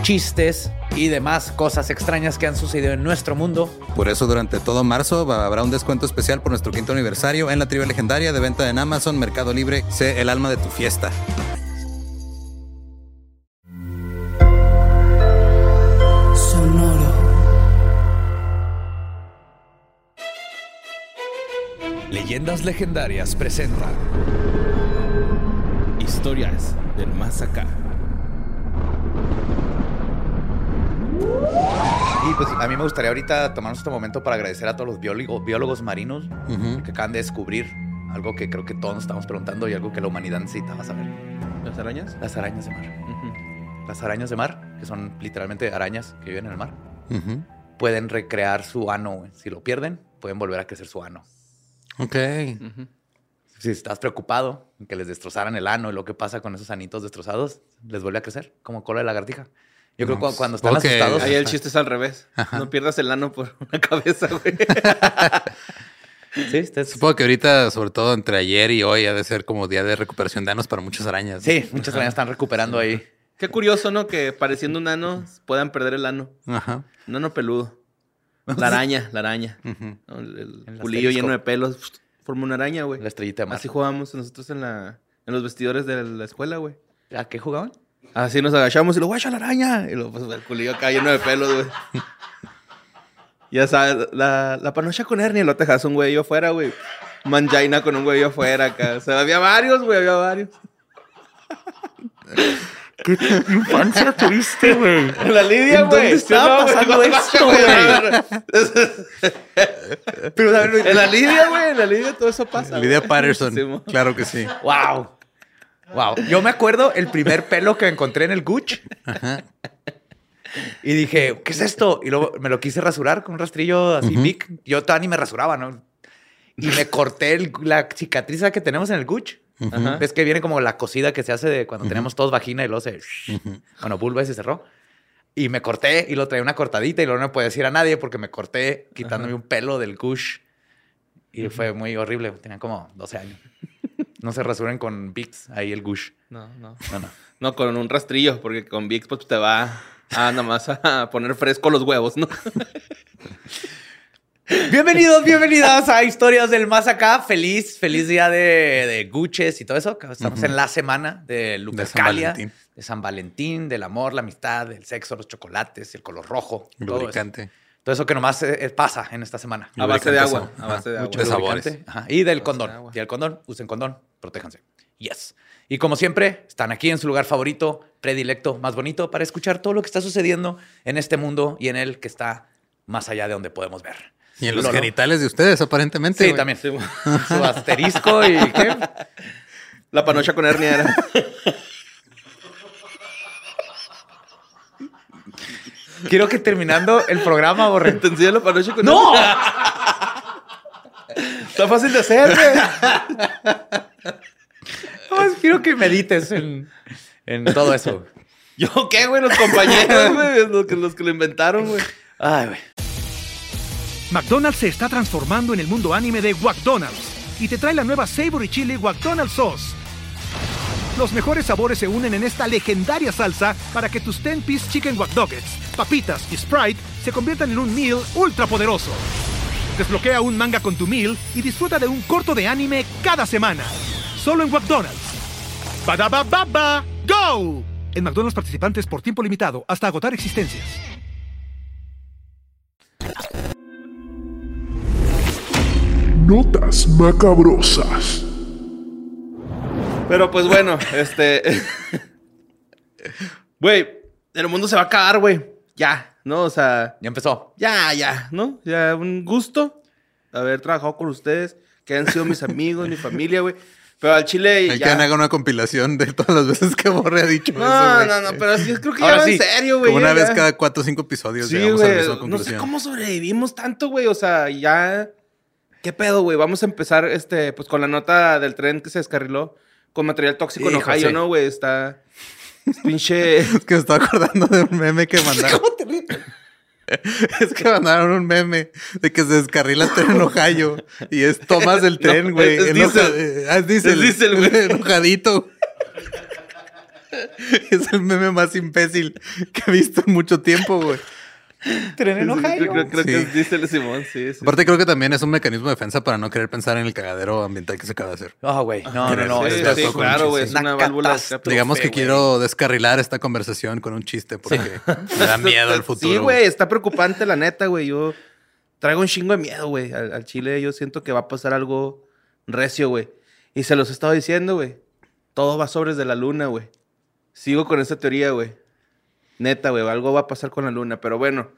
chistes y demás cosas extrañas que han sucedido en nuestro mundo. Por eso durante todo marzo va- habrá un descuento especial por nuestro quinto aniversario en la tribu legendaria de venta en Amazon, Mercado Libre. Sé el alma de tu fiesta. Leyendas Legendarias presenta Historias del Más Acá. Y pues a mí me gustaría ahorita tomarnos este momento para agradecer a todos los biólogo- biólogos marinos Ujú. que acaban de descubrir algo que creo que todos nos estamos preguntando y algo que la humanidad necesita, vas a ver. ¿Las arañas? Las arañas de mar. Las arañas de mar, que son literalmente arañas que viven en el mar, Ujú. pueden recrear su ano. güey. Si lo pierden, pueden volver a crecer su ano. Ok. Si estás preocupado en que les destrozaran el ano y lo que pasa con esos anitos destrozados, les vuelve a crecer como cola de lagartija. Yo creo que pues, cu- cuando están Ok. asustados, Ahí el chiste es al revés. No pierdas el ano por una cabeza, güey. sí, ustedes- Supongo que ahorita, sobre todo entre ayer y hoy, ha de ser como día de recuperación de anos para muchas arañas. sí, muchas arañas están recuperando ahí. Qué curioso, ¿no? Que pareciendo un ano puedan perder el ano. Ajá. Un ano peludo. La araña, la araña. Ujú. ¿no? El, el El culillo asterisco. lleno de pelos. Forma una araña, güey. La estrellita de mar. Así jugábamos nosotros en la en los vestidores de la escuela, güey. ¿A qué jugaban? Así nos agachamos y lo guacha la araña. Y lo pues el culillo acá lleno de pelos, güey. ya sabes, la, la panocha con hernia lo tejas un güey afuera, güey. Manjaina con un güey afuera acá. O sea, había varios, güey, había varios. Infancia tuviste, güey. La Lidia, ¿En güey. dónde estaba pasando esto, güey? Pero, a ver, en la Lidia, güey, en la Lidia todo eso pasa. Lidia güey. Patterson. Sí, mo. claro que sí. Wow. Wow. Yo me acuerdo el primer pelo que encontré en el Gucci. Y dije, ¿qué es esto? Y luego me lo quise rasurar con un rastrillo así big. Yo todavía ni me rasuraba, ¿no? Y me corté el- la cicatriz que tenemos en el Gucci. Ajá. Ves que viene como la cosida que se hace de cuando tenemos todos vagina y luego se. Bueno, vulva y se cerró. Y me corté y lo traía una cortadita y luego no me podía decir a nadie porque me corté quitándome un pelo del Gucci. Y fue muy horrible. Tenía como 12 años. No se rasuren con Vicks ahí el Gucci. No, no. No, no. No, con un rastrillo, porque con Vicks pues, te va a nada más a poner fresco los huevos, ¿no? Bienvenidos, bienvenidas a Historias del Más Acá. Feliz, feliz día de, de Guches y todo eso. Estamos en la semana de Lupercalia, Valentín. de San Valentín, del amor, la amistad, el sexo, los chocolates, el color rojo. Todo eso, Lubricante. Todo eso que nomás eh, eh, pasa en esta semana. Ah, A base de Lubricante agua, son. a base de Ajá. agua. De sabores. Lubricante, ajá, Y del Todo sin condón. agua. Y el condón, usen condón, protéjanse. Yes. Y como siempre, están aquí en su lugar favorito, predilecto, más bonito, para escuchar todo lo que está sucediendo en este mundo y en el que está más allá de donde podemos ver. Y en los Lolo. genitales de ustedes, aparentemente. Sí, güey. también. Sí, mo- Su asterisco y qué. La panocha con hernia era. Quiero que terminando el programa, Borre. ¿Te enseñé la panocha con ¡No! hernia? Está fácil de hacer, güey. Nomás quiero que medites en, en todo eso. ¿Yo qué, güey? Los compañeros, güey. Los que, los que lo inventaron, güey. Ay, güey. McDonald's se está transformando en el mundo anime de McDonald's y te trae la nueva Savory Chili McDonald's Sauce. Los mejores sabores se unen en esta legendaria salsa para que tus 10-piece chicken wack doggets, papitas y Sprite se conviertan en un meal ultra poderoso. Desbloquea un manga con tu meal y disfruta de un corto de anime cada semana. Solo en McDonald's. Badaba baba, go. En McDonald's participantes por tiempo limitado hasta agotar existencias. Notas macabrosas. Pero pues bueno, este. Güey, el mundo se va a acabar, güey. Ya, ¿no? O sea, Ya empezó. ya, ya, ¿no? Ya, un gusto haber trabajado con ustedes, que han sido mis amigos, mi familia, güey. Pero al chile Hay que ya... haga una compilación de todas las veces que Borre ha dicho eso. No, güey. no, no, pero sí, creo que Ahora ya va sí, en serio, güey. Como una ya- vez cada cuatro o cinco episodios Sí, llegamos a la misma güey. No sé conclusión. cómo sobrevivimos tanto, güey. O sea, ya. ¿Qué pedo, güey? Vamos a empezar este, pues con la nota del tren que se descarriló con material tóxico en Hijo, Ohio, sí. ¿no, güey? Está. es Pinche. Es que me estaba acordando de un meme que mandaron. es que mandaron un meme de que se descarrila el tren en Ohio. Y es tomas del tren, No, güey. es enoja- diésel. eh, ah, es diésel. Es diésel, güey. Enojadito. es el meme más imbécil que he visto en mucho tiempo, güey. Tren en creo creo- creo Sí. que es Diesel Simón, sí, sí. Aparte, creo que también es un mecanismo de defensa para no querer pensar en el cagadero ambiental que se acaba de hacer. Ah, güey. No, no, no. Sí, esto sí, es claro, güey, es una válvula de escape. catástrofe, Digamos que güey. quiero descarrilar esta conversación con un chiste porque me da miedo el futuro. Sí, güey, está preocupante, la neta, güey. Yo traigo un chingo de miedo, güey. Al, al Chile yo siento que va a pasar algo recio, güey. Y se los he estado diciendo, güey. Todo va sobres de la luna, güey. Sigo con esta teoría, güey. Neta, güey, algo va a pasar con la luna, pero bueno.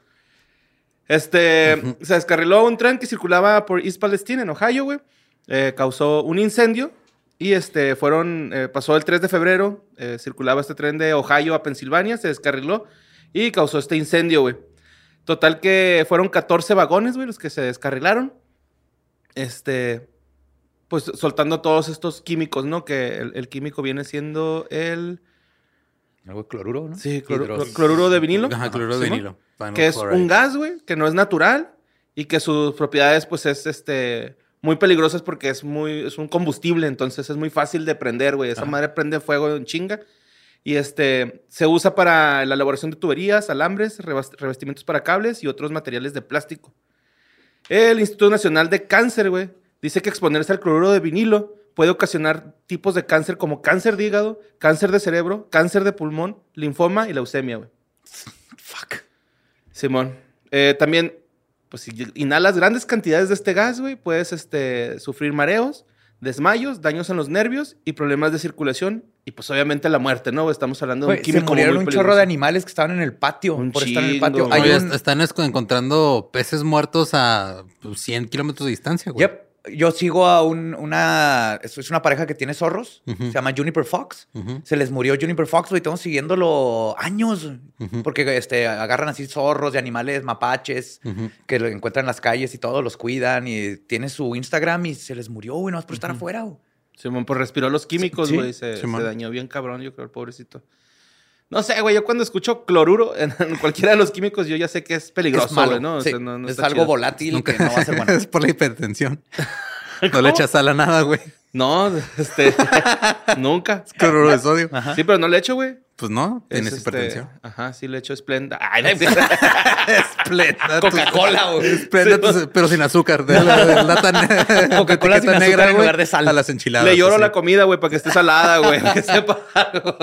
Este, se descarriló un tren que circulaba por East Palestine, en Ohio, güey. Eh, causó un incendio y este, fueron, eh, pasó el 3 de febrero, eh, circulaba este tren de Ohio a Pensilvania, se descarriló y causó este incendio, güey. Total que fueron 14 vagones, güey, los que se descarrilaron. Este, pues soltando todos estos químicos, ¿no? Que el, el químico viene siendo el... Algo de cloruro, ¿no? Sí, cloro- Hidros- cloruro de vinilo. Ajá, cloruro de Simón vinilo. Vinyl que es chloride. un gas, güey, que no es natural y que sus propiedades, pues, es este muy peligrosas porque es muy es un combustible, entonces es muy fácil de prender, güey. Esa madre prende fuego en chinga. Y este se usa para la elaboración de tuberías, alambres, rebas- revestimientos para cables y otros materiales de plástico. El Instituto Nacional de Cáncer, güey, dice que exponerse al cloruro de vinilo puede ocasionar tipos de cáncer como cáncer de hígado, cáncer de cerebro, cáncer de pulmón, linfoma y leucemia, güey. Fuck. Simón. Eh, también, pues si inhalas grandes cantidades de este gas, güey, puedes este, sufrir mareos, desmayos, daños en los nervios y problemas de circulación. Y pues obviamente la muerte, ¿no? Estamos hablando de Güey, un se químico murieron muy un chorro de peligroso. animales que estaban en el patio. Un por estar en el chingo, patio. güey. Oye, Hay est- un- Están esc- encontrando peces muertos a pues, 100 kilómetros de distancia, güey. Yep. Yo sigo a un- una. Es es una pareja que tiene zorros. Ujú. Se llama Juniper Fox. Ujú. Se les murió Juniper Fox, güey. Estamos siguiéndolo años. Ujú. Porque este, agarran así zorros de animales, mapaches, Ujú. que lo encuentran en las calles y todo, los cuidan. Y tiene su Instagram y se les murió, güey, no más por estar afuera. güey. Simón, pues respiró los químicos, Sí, güey. se, se Simón. dañó bien cabrón, yo creo, el pobrecito. No sé, güey, yo cuando escucho cloruro en, en cualquiera de los químicos, yo ya sé que es peligroso, es malo, güey, ¿no? O sí. sea, no- no es está algo chido. volátil Nunca- que no va a ser bueno. es por la hipertensión. No le echas sal a nada, güey. No, este, nunca. Es cloruro de sodio. Sí, pero no le echo, güey. Pues no, Es, tienes este, hipertensión. Ajá, sí le echo esplenda. Ay, no, Esplenda tu- Coca-Cola, güey. Esplenda tu- pero sin azúcar. De la, de la tan- de Coca-Cola etiqueta sin azúcar en güey, lugar de sal. A las enchiladas. pues, Le pues, lloro así. la comida, güey, para que esté salada, güey. que sepa algo.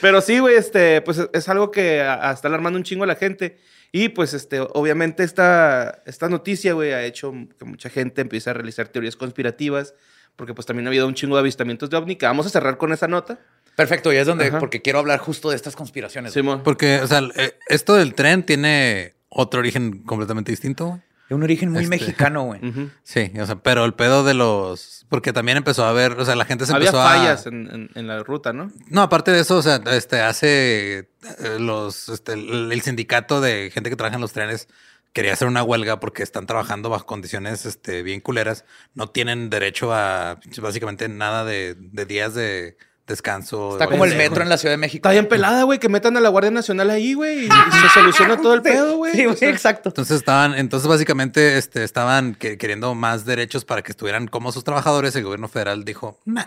Pero sí, güey, este, pues es algo que a- a- está alarmando un chingo a la gente. Y pues, este, obviamente, esta, esta noticia, güey, ha hecho que mucha gente empiece a realizar teorías conspirativas. Porque pues también ha habido un chingo de avistamientos de ovni. Que vamos a cerrar con esa nota. Perfecto, y es donde, Ajá. porque quiero hablar justo de estas conspiraciones. güey. Simón. Porque, o sea, eh, esto del tren tiene otro origen completamente distinto, güey. De un origen muy Este. mexicano, güey. Ujú. Sí, o sea, pero el pedo de los. Porque también empezó a haber. O sea, la gente se Había empezó a. fallas en, en- en la ruta, ¿no? No, aparte de eso, o sea, este hace eh, los este, el, el sindicato de gente que trabaja en los trenes quería hacer una huelga porque están trabajando bajo condiciones este bien culeras, no tienen derecho a pinches, básicamente nada de, de días de descanso. Está de como el vacaciones. metro en la Ciudad de México. Está bien pelada, güey, que metan a la Guardia Nacional ahí, güey. Y, y se soluciona todo el pedo, güey. Sí, O güey, sea, exacto. Entonces estaban, entonces básicamente este, estaban que- queriendo más derechos para que estuvieran como sus trabajadores. El gobierno federal dijo, nah.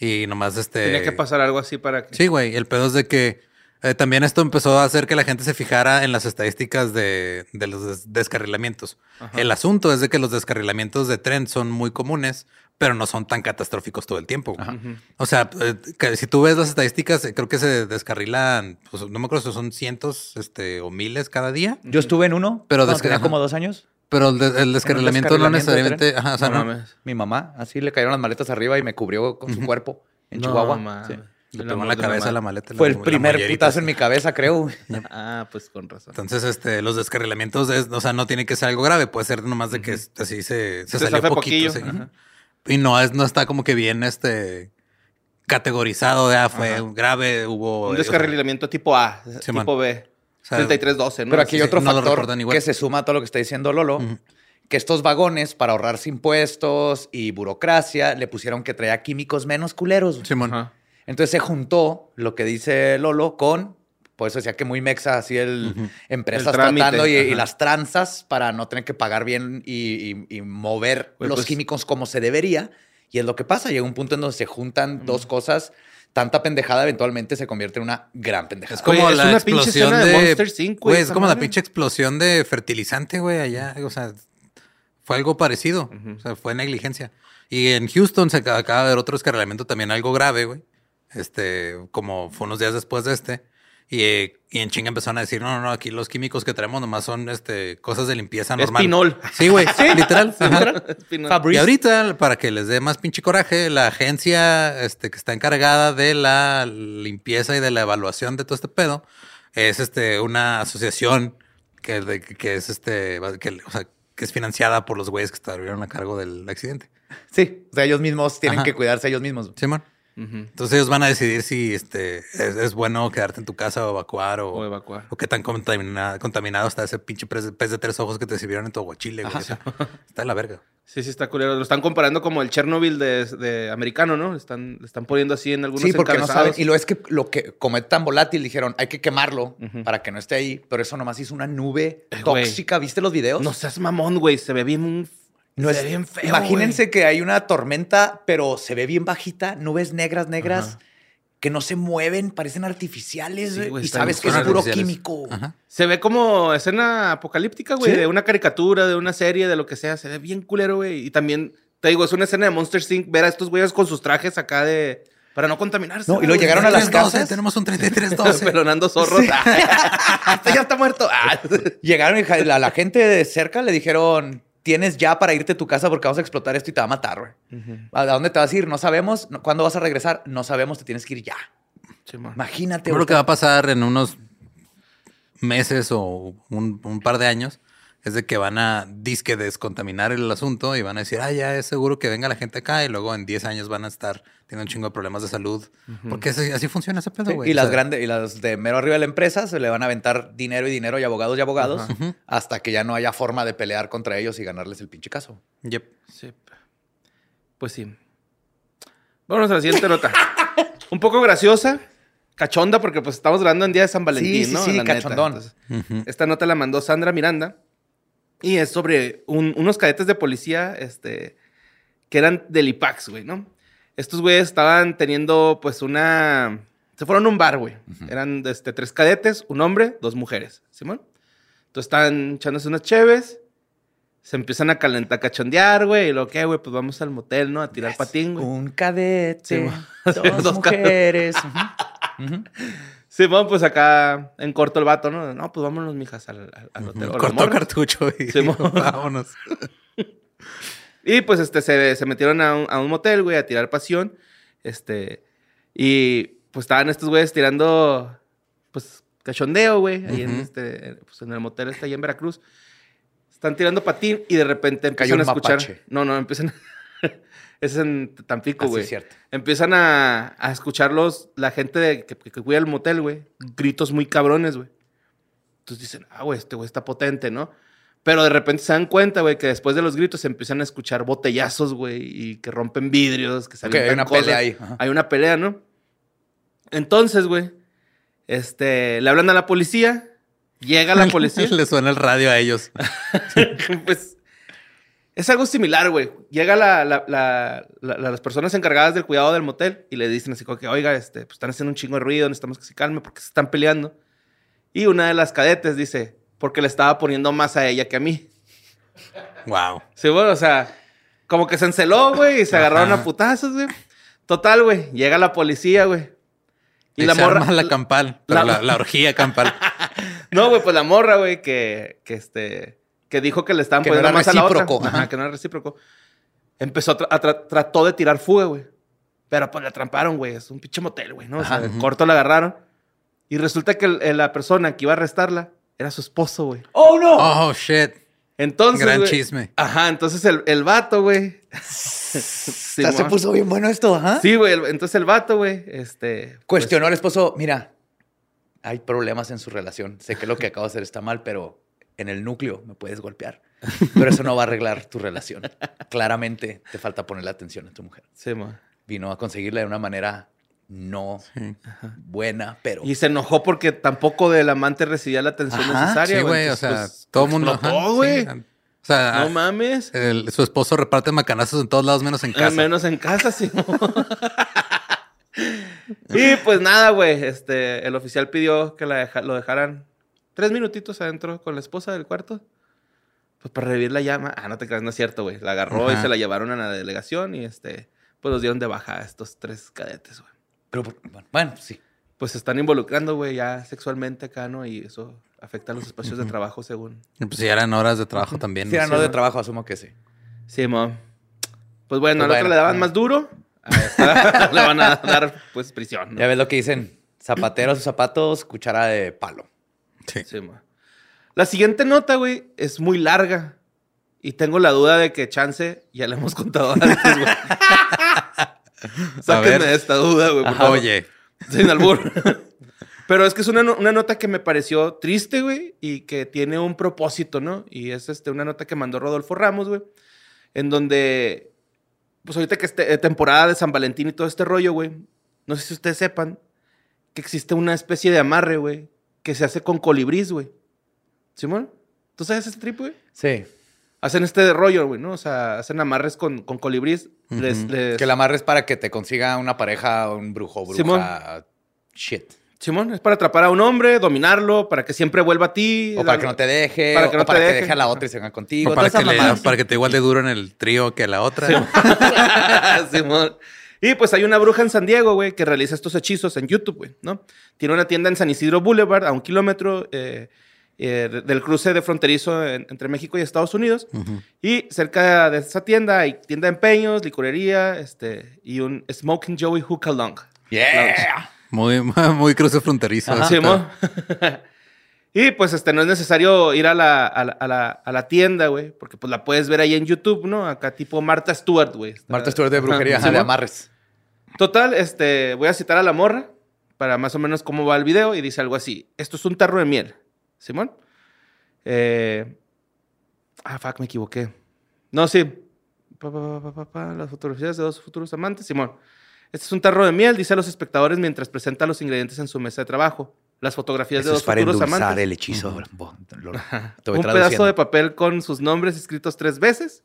Y nomás este. Tenía que pasar algo así para que... Sí, güey. El pedo es de que eh, también esto empezó a hacer que la gente se fijara en las estadísticas de, de los des- descarrilamientos. El asunto es de que los descarrilamientos de tren son muy comunes, pero no son tan catastróficos todo el tiempo. güey. Ujú. O sea, eh, que si tú ves las estadísticas, eh, creo que se descarrilan, pues, no me acuerdo si son cientos este, o miles cada día. Yo estuve en uno, Pero pero desca- tenía ajá. como dos años. Pero el, de- el descarrilamiento, no descarrilamiento de necesariamente. Ajá, o sea, no- No mames. Mi mamá, así le cayeron las maletas arriba y me cubrió con su cuerpo en No, Chihuahua. mames. Sí. le pegó El en amor la de una cabeza madre. la maleta. Fue la- el la primer mollerita, putazo en sí. mi cabeza, creo. güey. Ah, pues con razón. Entonces, este, los descarrilamientos, es- o sea, no tiene que ser algo grave, puede ser nomás de que es- así se, se Se salió zafe poquito. poquillo, sí. ajá. y no es, no está como que bien este categorizado de ah, fue grave, hubo Un descarrilamiento tipo A, man. tipo B. O sea, 3312, ¿no? Pero aquí hay sí, otro no lo factor reportan igual. que se suma a todo lo que está diciendo Lolo, que estos vagones, para ahorrarse impuestos y burocracia, le pusieron que traía químicos menos culeros. o sea, Simón. Ajá. Entonces se juntó lo que dice Lolo con, por eso decía que muy mexa, así el empresas El trámite, tratando y, y ajá. las tranzas para no tener que pagar bien y, y- y mover Güey, los pues- químicos como se debería. Y es lo que pasa, llega un punto en donde se juntan dos cosas, tanta pendejada eventualmente se convierte en una gran pendejada. Es como Oye, es la una pinche explosión escena de, de Monster Inc, güey, güey, es esa como la madre. pinche explosión de fertilizante, güey, allá, o sea, fue algo parecido, o sea, fue negligencia. Y en Houston se acaba, acaba de haber otro escarrilamiento también algo grave, güey. Este, como fue unos días después de este y, eh, y en chinga empezaron a decir, "No, no, no, aquí los químicos que traemos nomás son este cosas de limpieza normal." Espinol. Sí, güey, literal. ajá. Final. Y ahorita, para que les dé más pinche coraje, la agencia este, que está encargada de la limpieza y de la evaluación de todo este pedo es este, una asociación que, de- que es este que, o sea, que es financiada por los güeyes que estuvieron a cargo del accidente. Sí, o sea, ellos mismos tienen Ajá. que cuidarse ellos mismos. Simón. Ujú. Entonces ellos van a decidir si este, es, es bueno quedarte en tu casa o evacuar o, O evacuar. o qué tan contamina- contaminado está ese pinche pez, pez de tres ojos que te sirvieron en tu aguachile. güey. O sea, está de la verga. Sí, sí, está culero. Lo están comparando como el Chernobyl de, de americano, ¿no? Le están, le están poniendo así en algunos Sí, porque no saben. encabezados. Y lo es que lo que, como es tan volátil, dijeron hay que quemarlo para que no esté ahí, pero eso nomás hizo una nube Eh, güey. tóxica. ¿Viste los videos? No seas mamón, güey. Se ve bien... No se es- ve bien feo, Imagínense que hay una tormenta, pero se ve bien bajita, nubes negras, negras, que no se mueven, parecen artificiales, Sí, güey, güey, y están sabes que es Son puro artificiales. químico. Ajá. Se ve como escena apocalíptica, güey, Sí. de una caricatura, de una serie, de lo que sea. Se ve bien culero, güey. Y también, te digo, es una escena de Monster Inc. Ver a estos güeyes con sus trajes acá de. para no contaminarse. No, y luego güey. llegaron a las 3312, casas. Tenemos un 3312. Pelonando zorros. Ah. Hasta ya está muerto. Ah. Llegaron y ja- a la gente de cerca le dijeron, tienes ya para irte a tu casa porque vamos a explotar esto y te va a matar, güey. ¿A dónde te vas a ir? No sabemos. No- ¿Cuándo vas a regresar? No sabemos. Te tienes que ir ya. Sí, man. Imagínate. Yo creo güey. que va a pasar en unos meses o un, un par de años es de que van a disque descontaminar el asunto y van a decir, ah, ya es seguro que venga la gente acá y luego en 10 años van a estar teniendo un chingo de problemas de salud. Porque así, así funciona ese pedo, Sí, güey. y O las sea, grandes y las de mero arriba de la empresa se le van a aventar dinero y dinero y abogados y abogados hasta que ya no haya forma de pelear contra ellos y ganarles el pinche caso. yep. Sí. Pues sí. Vámonos a la siguiente nota. Un poco graciosa, cachonda, porque pues estamos grabando en día de San Valentín, sí, ¿no? sí, La neta. cachondón. Entonces, Esta nota la mandó Sandra Miranda y es sobre un- unos cadetes de policía este, que eran del IPAX, güey, ¿no? Estos güeyes estaban teniendo pues una... Se fueron a un bar, güey. Eran este, tres cadetes, un hombre, dos mujeres, ¿Simón? Entonces están echándose unas cheves, se empiezan a calentar, a cachondear, güey, y lo que, güey, pues vamos al motel, ¿no? A tirar patín, güey. Un cadete, Sí, mo- dos, dos mujeres. cadetes. ujú. Simón, pues acá en corto el vato, ¿no? No, pues vámonos, mijas, al, al- Ah, al hotel. o la Cortó morra. cartucho y Simón. vámonos. Y pues este, se, se metieron a un, a un motel, güey, a tirar pasión. Este. Y pues estaban estos güeyes tirando. Pues cachondeo, güey. Ahí en Ujú. este. Pues en el motel está ahí en Veracruz. Están tirando patín y de repente Cayó empiezan a un escuchar. mapache. No, no, empiezan. es en Tampico, Así güey. es cierto. Empiezan a, a escucharlos, la gente de- que, que, que cuida el motel, güey. Gritos muy cabrones, güey. Entonces dicen, ah, güey, este güey está potente, ¿no? Pero de repente se dan cuenta, güey, que después de los gritos se empiezan a escuchar botellazos, güey, y que rompen vidrios, que se Ok, hay avientan una cosas. pelea ahí. Ajá. Hay una pelea, ¿no? Entonces, güey, este, le hablan a la policía, llega la policía. Le suena el radio a ellos. pues es algo similar, güey. Llega la, la- la- la- la- las personas encargadas del cuidado del motel y le dicen así como que, oiga, este, pues están haciendo un chingo de ruido, necesitamos que se calme porque se están peleando. Y una de las cadetes dice, porque le estaba poniendo más a ella que a mí. Wow. Sí, bueno, o sea, como que se enceló, güey, y se agarraron Ajá. a putazos, güey. Total, güey, llega la policía, güey. Y la morra. la campal. pero la- La, la orgía campal. No, güey, pues la morra, güey, que, que este, que dijo que le estaban Que no poniendo era más a la otra. recíproco, Ajá, ajá. que no era recíproco. Empezó a, tra- a tra- trató de tirar fuga, güey. Pero pues la tramparon, güey. Es un pinche motel, güey, ¿no? O sea, Ajá. de corto la agarraron. Y resulta que el- el- la persona que iba a arrestarla era su esposo, güey. ¡Oh, no! Oh, shit. Entonces. Gran güey- chisme. Ajá, entonces el, el vato, güey. O sea, se Simón. puso bien bueno esto, ajá. Sí, güey. el- Entonces el vato, güey, este. pues, Cuestionó al esposo, mira, hay problemas en su relación. Sé que lo que acabo de hacer está mal, pero en el núcleo me puedes golpear. Pero eso no va a arreglar tu relación. Claramente te falta ponerle atención a tu mujer. Simón. Vino a conseguirla de una manera no buena, pero... Y se enojó porque tampoco del amante recibía la atención Ajá, necesaria. Sí, güey. O Entonces, sea, pues, todo el mundo. ajá, explotó, sí, güey. o sea, ah, No mames. el- su esposo reparte macanazos en todos lados, menos en casa. Al menos en casa, sí. y pues nada, güey. Este, el oficial pidió que la deja- lo dejaran tres minutitos adentro con la esposa del cuarto. Pues para revivir la llama. Ah, no te creas, no es cierto, güey. La agarró y Ajá. se la llevaron a la delegación y este, pues los dieron de baja a estos tres cadetes, güey. pero bueno, bueno, sí. Pues se están involucrando, güey, ya sexualmente acá, ¿no? Y eso afecta a los espacios de trabajo, según. Y Pues ya eran horas de trabajo también. Si era sé, no de ¿no? trabajo, asumo que sí. Sí, mom. Pues bueno, Pues al otro bueno. le daban más duro. A esta le van a dar, pues, prisión. ¿no? Ya ves lo que dicen, zapatero a sus zapatos, cuchara de palo. Sí. Sí, ma. La siguiente nota, güey, es muy larga. Y tengo la duda de que chance ya la hemos contado antes, güey. A ver. Sáquenme de esta duda, güey. por Ajá, favor. Oye, Sin albur. Pero es que es una, no- una nota que me pareció triste, güey, y que tiene un propósito, ¿no? Y es este, una nota que mandó Rodolfo Ramos, güey, en donde, pues ahorita que es te- temporada de San Valentín y todo este rollo, güey, no sé si ustedes sepan que existe una especie de amarre, güey, que se hace con colibrís, güey. ¿Simón? ¿Tú sabes ese trip, güey? Sí. Hacen este rollo, güey, ¿no? O sea, hacen amarres con, con colibrís. les, Ujú. les- Que la amarres para que te consiga una pareja, un brujo, bruja, Simón. shit. Simón, es para atrapar a un hombre, dominarlo, para que siempre vuelva a ti. O para la- que no te deje, para o que no te para que deje. deje a la otra y se venga contigo. para, todas esas que le- mamadas. para que te igual de duro en el trío que la otra. Simón. Y pues hay una bruja en San Diego, güey, que realiza estos hechizos en YouTube, güey, ¿no? Tiene una tienda en San Isidro Boulevard, a un kilómetro eh, eh, de- del cruce de fronterizo en- entre México y Estados Unidos. Ujú. Y cerca de esa tienda hay tienda de empeños, licorería, este, y un Smoking Joey Hookah Long. Yeah. Muy, muy cruce fronterizo. Ajá, ese pedo. Simón. y pues este, no es necesario ir a la, a la, a la- a la tienda, güey, porque pues la puedes ver ahí en YouTube, ¿no? Acá tipo Marta Stewart, güey. Está- Marta Stewart de brujería, Simón. de amarres. Total, este, voy a citar a la morra para más o menos cómo va el video y dice algo así. Esto es un tarro de miel, Simón. Eh, ah, fuck, me equivoqué. No, sí. Pa, pa, pa, pa, pa, pa, las fotografías de dos futuros amantes, Simón. Este es un tarro de miel, dice a los espectadores mientras presenta los ingredientes en su mesa de trabajo. Las fotografías de dos futuros amantes. el hechizo. Bo- lo- te voy Un pedazo traduciendo. de papel con sus nombres escritos tres veces,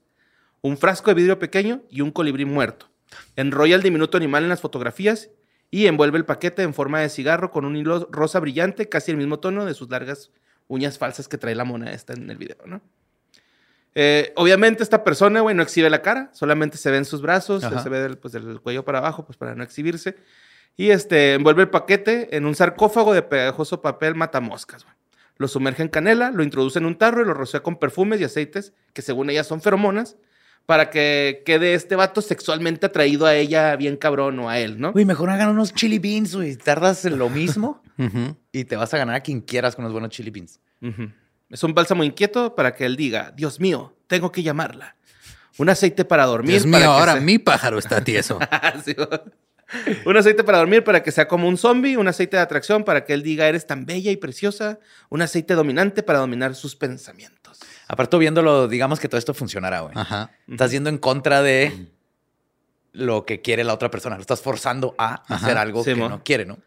un frasco de vidrio pequeño y un colibrí muerto. Enrolla el diminuto animal en las fotografías y envuelve el paquete en forma de cigarro con un hilo rosa brillante, casi el mismo tono de sus largas uñas falsas que trae la mona esta en el video, ¿no? Eh, obviamente esta persona, güey, no exhibe la cara, solamente se ven sus brazos, Ajá. se ve del, pues, del cuello para abajo, pues para no exhibirse. Y este, envuelve el paquete en un sarcófago de pegajoso papel matamoscas, güey. Lo sumerge en canela, lo introduce en un tarro y lo rocea con perfumes y aceites que según ella son feromonas para que quede este vato sexualmente atraído a ella bien cabrón o a él, ¿no? Güey, mejor hagan unos chili beans, güey. Tardas en lo mismo Ujú. y te vas a ganar a quien quieras con unos buenos chili beans. Ujú. Es un bálsamo inquieto para que él diga, Dios mío, tengo que llamarla. Un aceite para dormir. Dios mío, para que ahora se- mi pájaro está tieso. Sí, va. un aceite para dormir para que sea como un zombie, un aceite de atracción para que él diga, eres tan bella y preciosa, un aceite dominante para dominar sus pensamientos. Aparte, viéndolo, digamos que todo esto funcionará, güey. Ajá. Estás yendo en contra de lo que quiere la otra persona. Lo estás forzando a Ajá, hacer algo sí, que mo. no quiere, ¿no?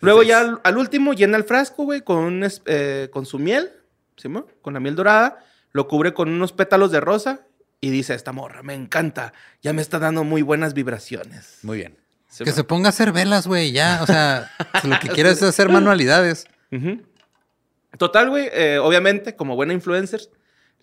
Luego ya Entonces- al, al último llena el frasco, güey, con, un es- eh, con su miel, ¿sí, mo? con la miel dorada, lo cubre con unos pétalos de rosa y dice, esta morra, me encanta, ya me está dando muy buenas vibraciones. Muy bien. ¿Sí, que mo? se ponga a hacer velas, güey, ya. O sea, si lo que quieres es hacer manualidades. Ujú. Total, güey, eh, obviamente, como buena influencer,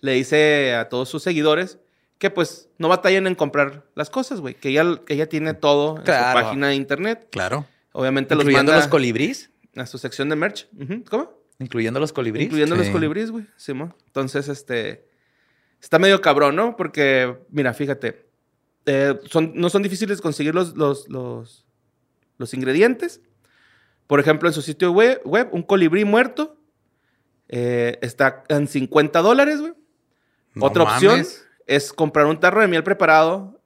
le dice a todos sus seguidores que pues no batallen en comprar las cosas, güey, que ella, que ella tiene todo en Claro. su página de internet. Claro. Obviamente los Incluyendo manda los colibrís. a su sección de merch. Ujú, ¿Cómo? Incluyendo los colibrís. Incluyendo los Sí. colibrís, güey. Simón. Entonces, este. Está medio cabrón, ¿no? Porque, mira, fíjate. eh, son, no son difíciles conseguir los, los, los, los ingredientes. Por ejemplo, en su sitio web, web un colibrí muerto eh, está en 50 dólares, güey. No Otra opción mames. es comprar un tarro de miel preparado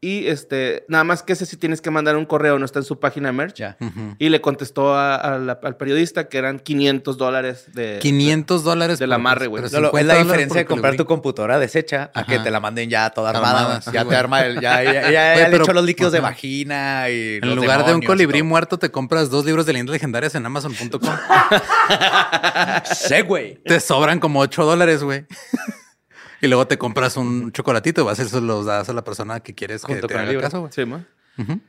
y este, nada más que ese si tienes que mandar un correo, no está en su página de merch. Ya. Ujú. Y le contestó a- a la- al periodista que eran 500 dólares Eh, de... 500 dólares. Del por- amarre, güey. pero No, Lolo, es 50 la dólares diferencia de por comprar tu colibrí. computadora deshecha a que Ajá. te la manden ya toda Armada, armada. güey. ajá, ya güey. te arma el, ya, ya, ya- ya Güey, le pero- echó los líquidos de ajá. vagina y En lugar de un colibrí muerto, te compras dos libros de leyendas legendarias en Amazon.com. Sí, güey. te sobran como 8 dólares, güey. y luego te compras un chocolatito y vas y se los das a la persona que quieres que Junto te con el haga libro. caso, güey. Sí, ma. Ujú.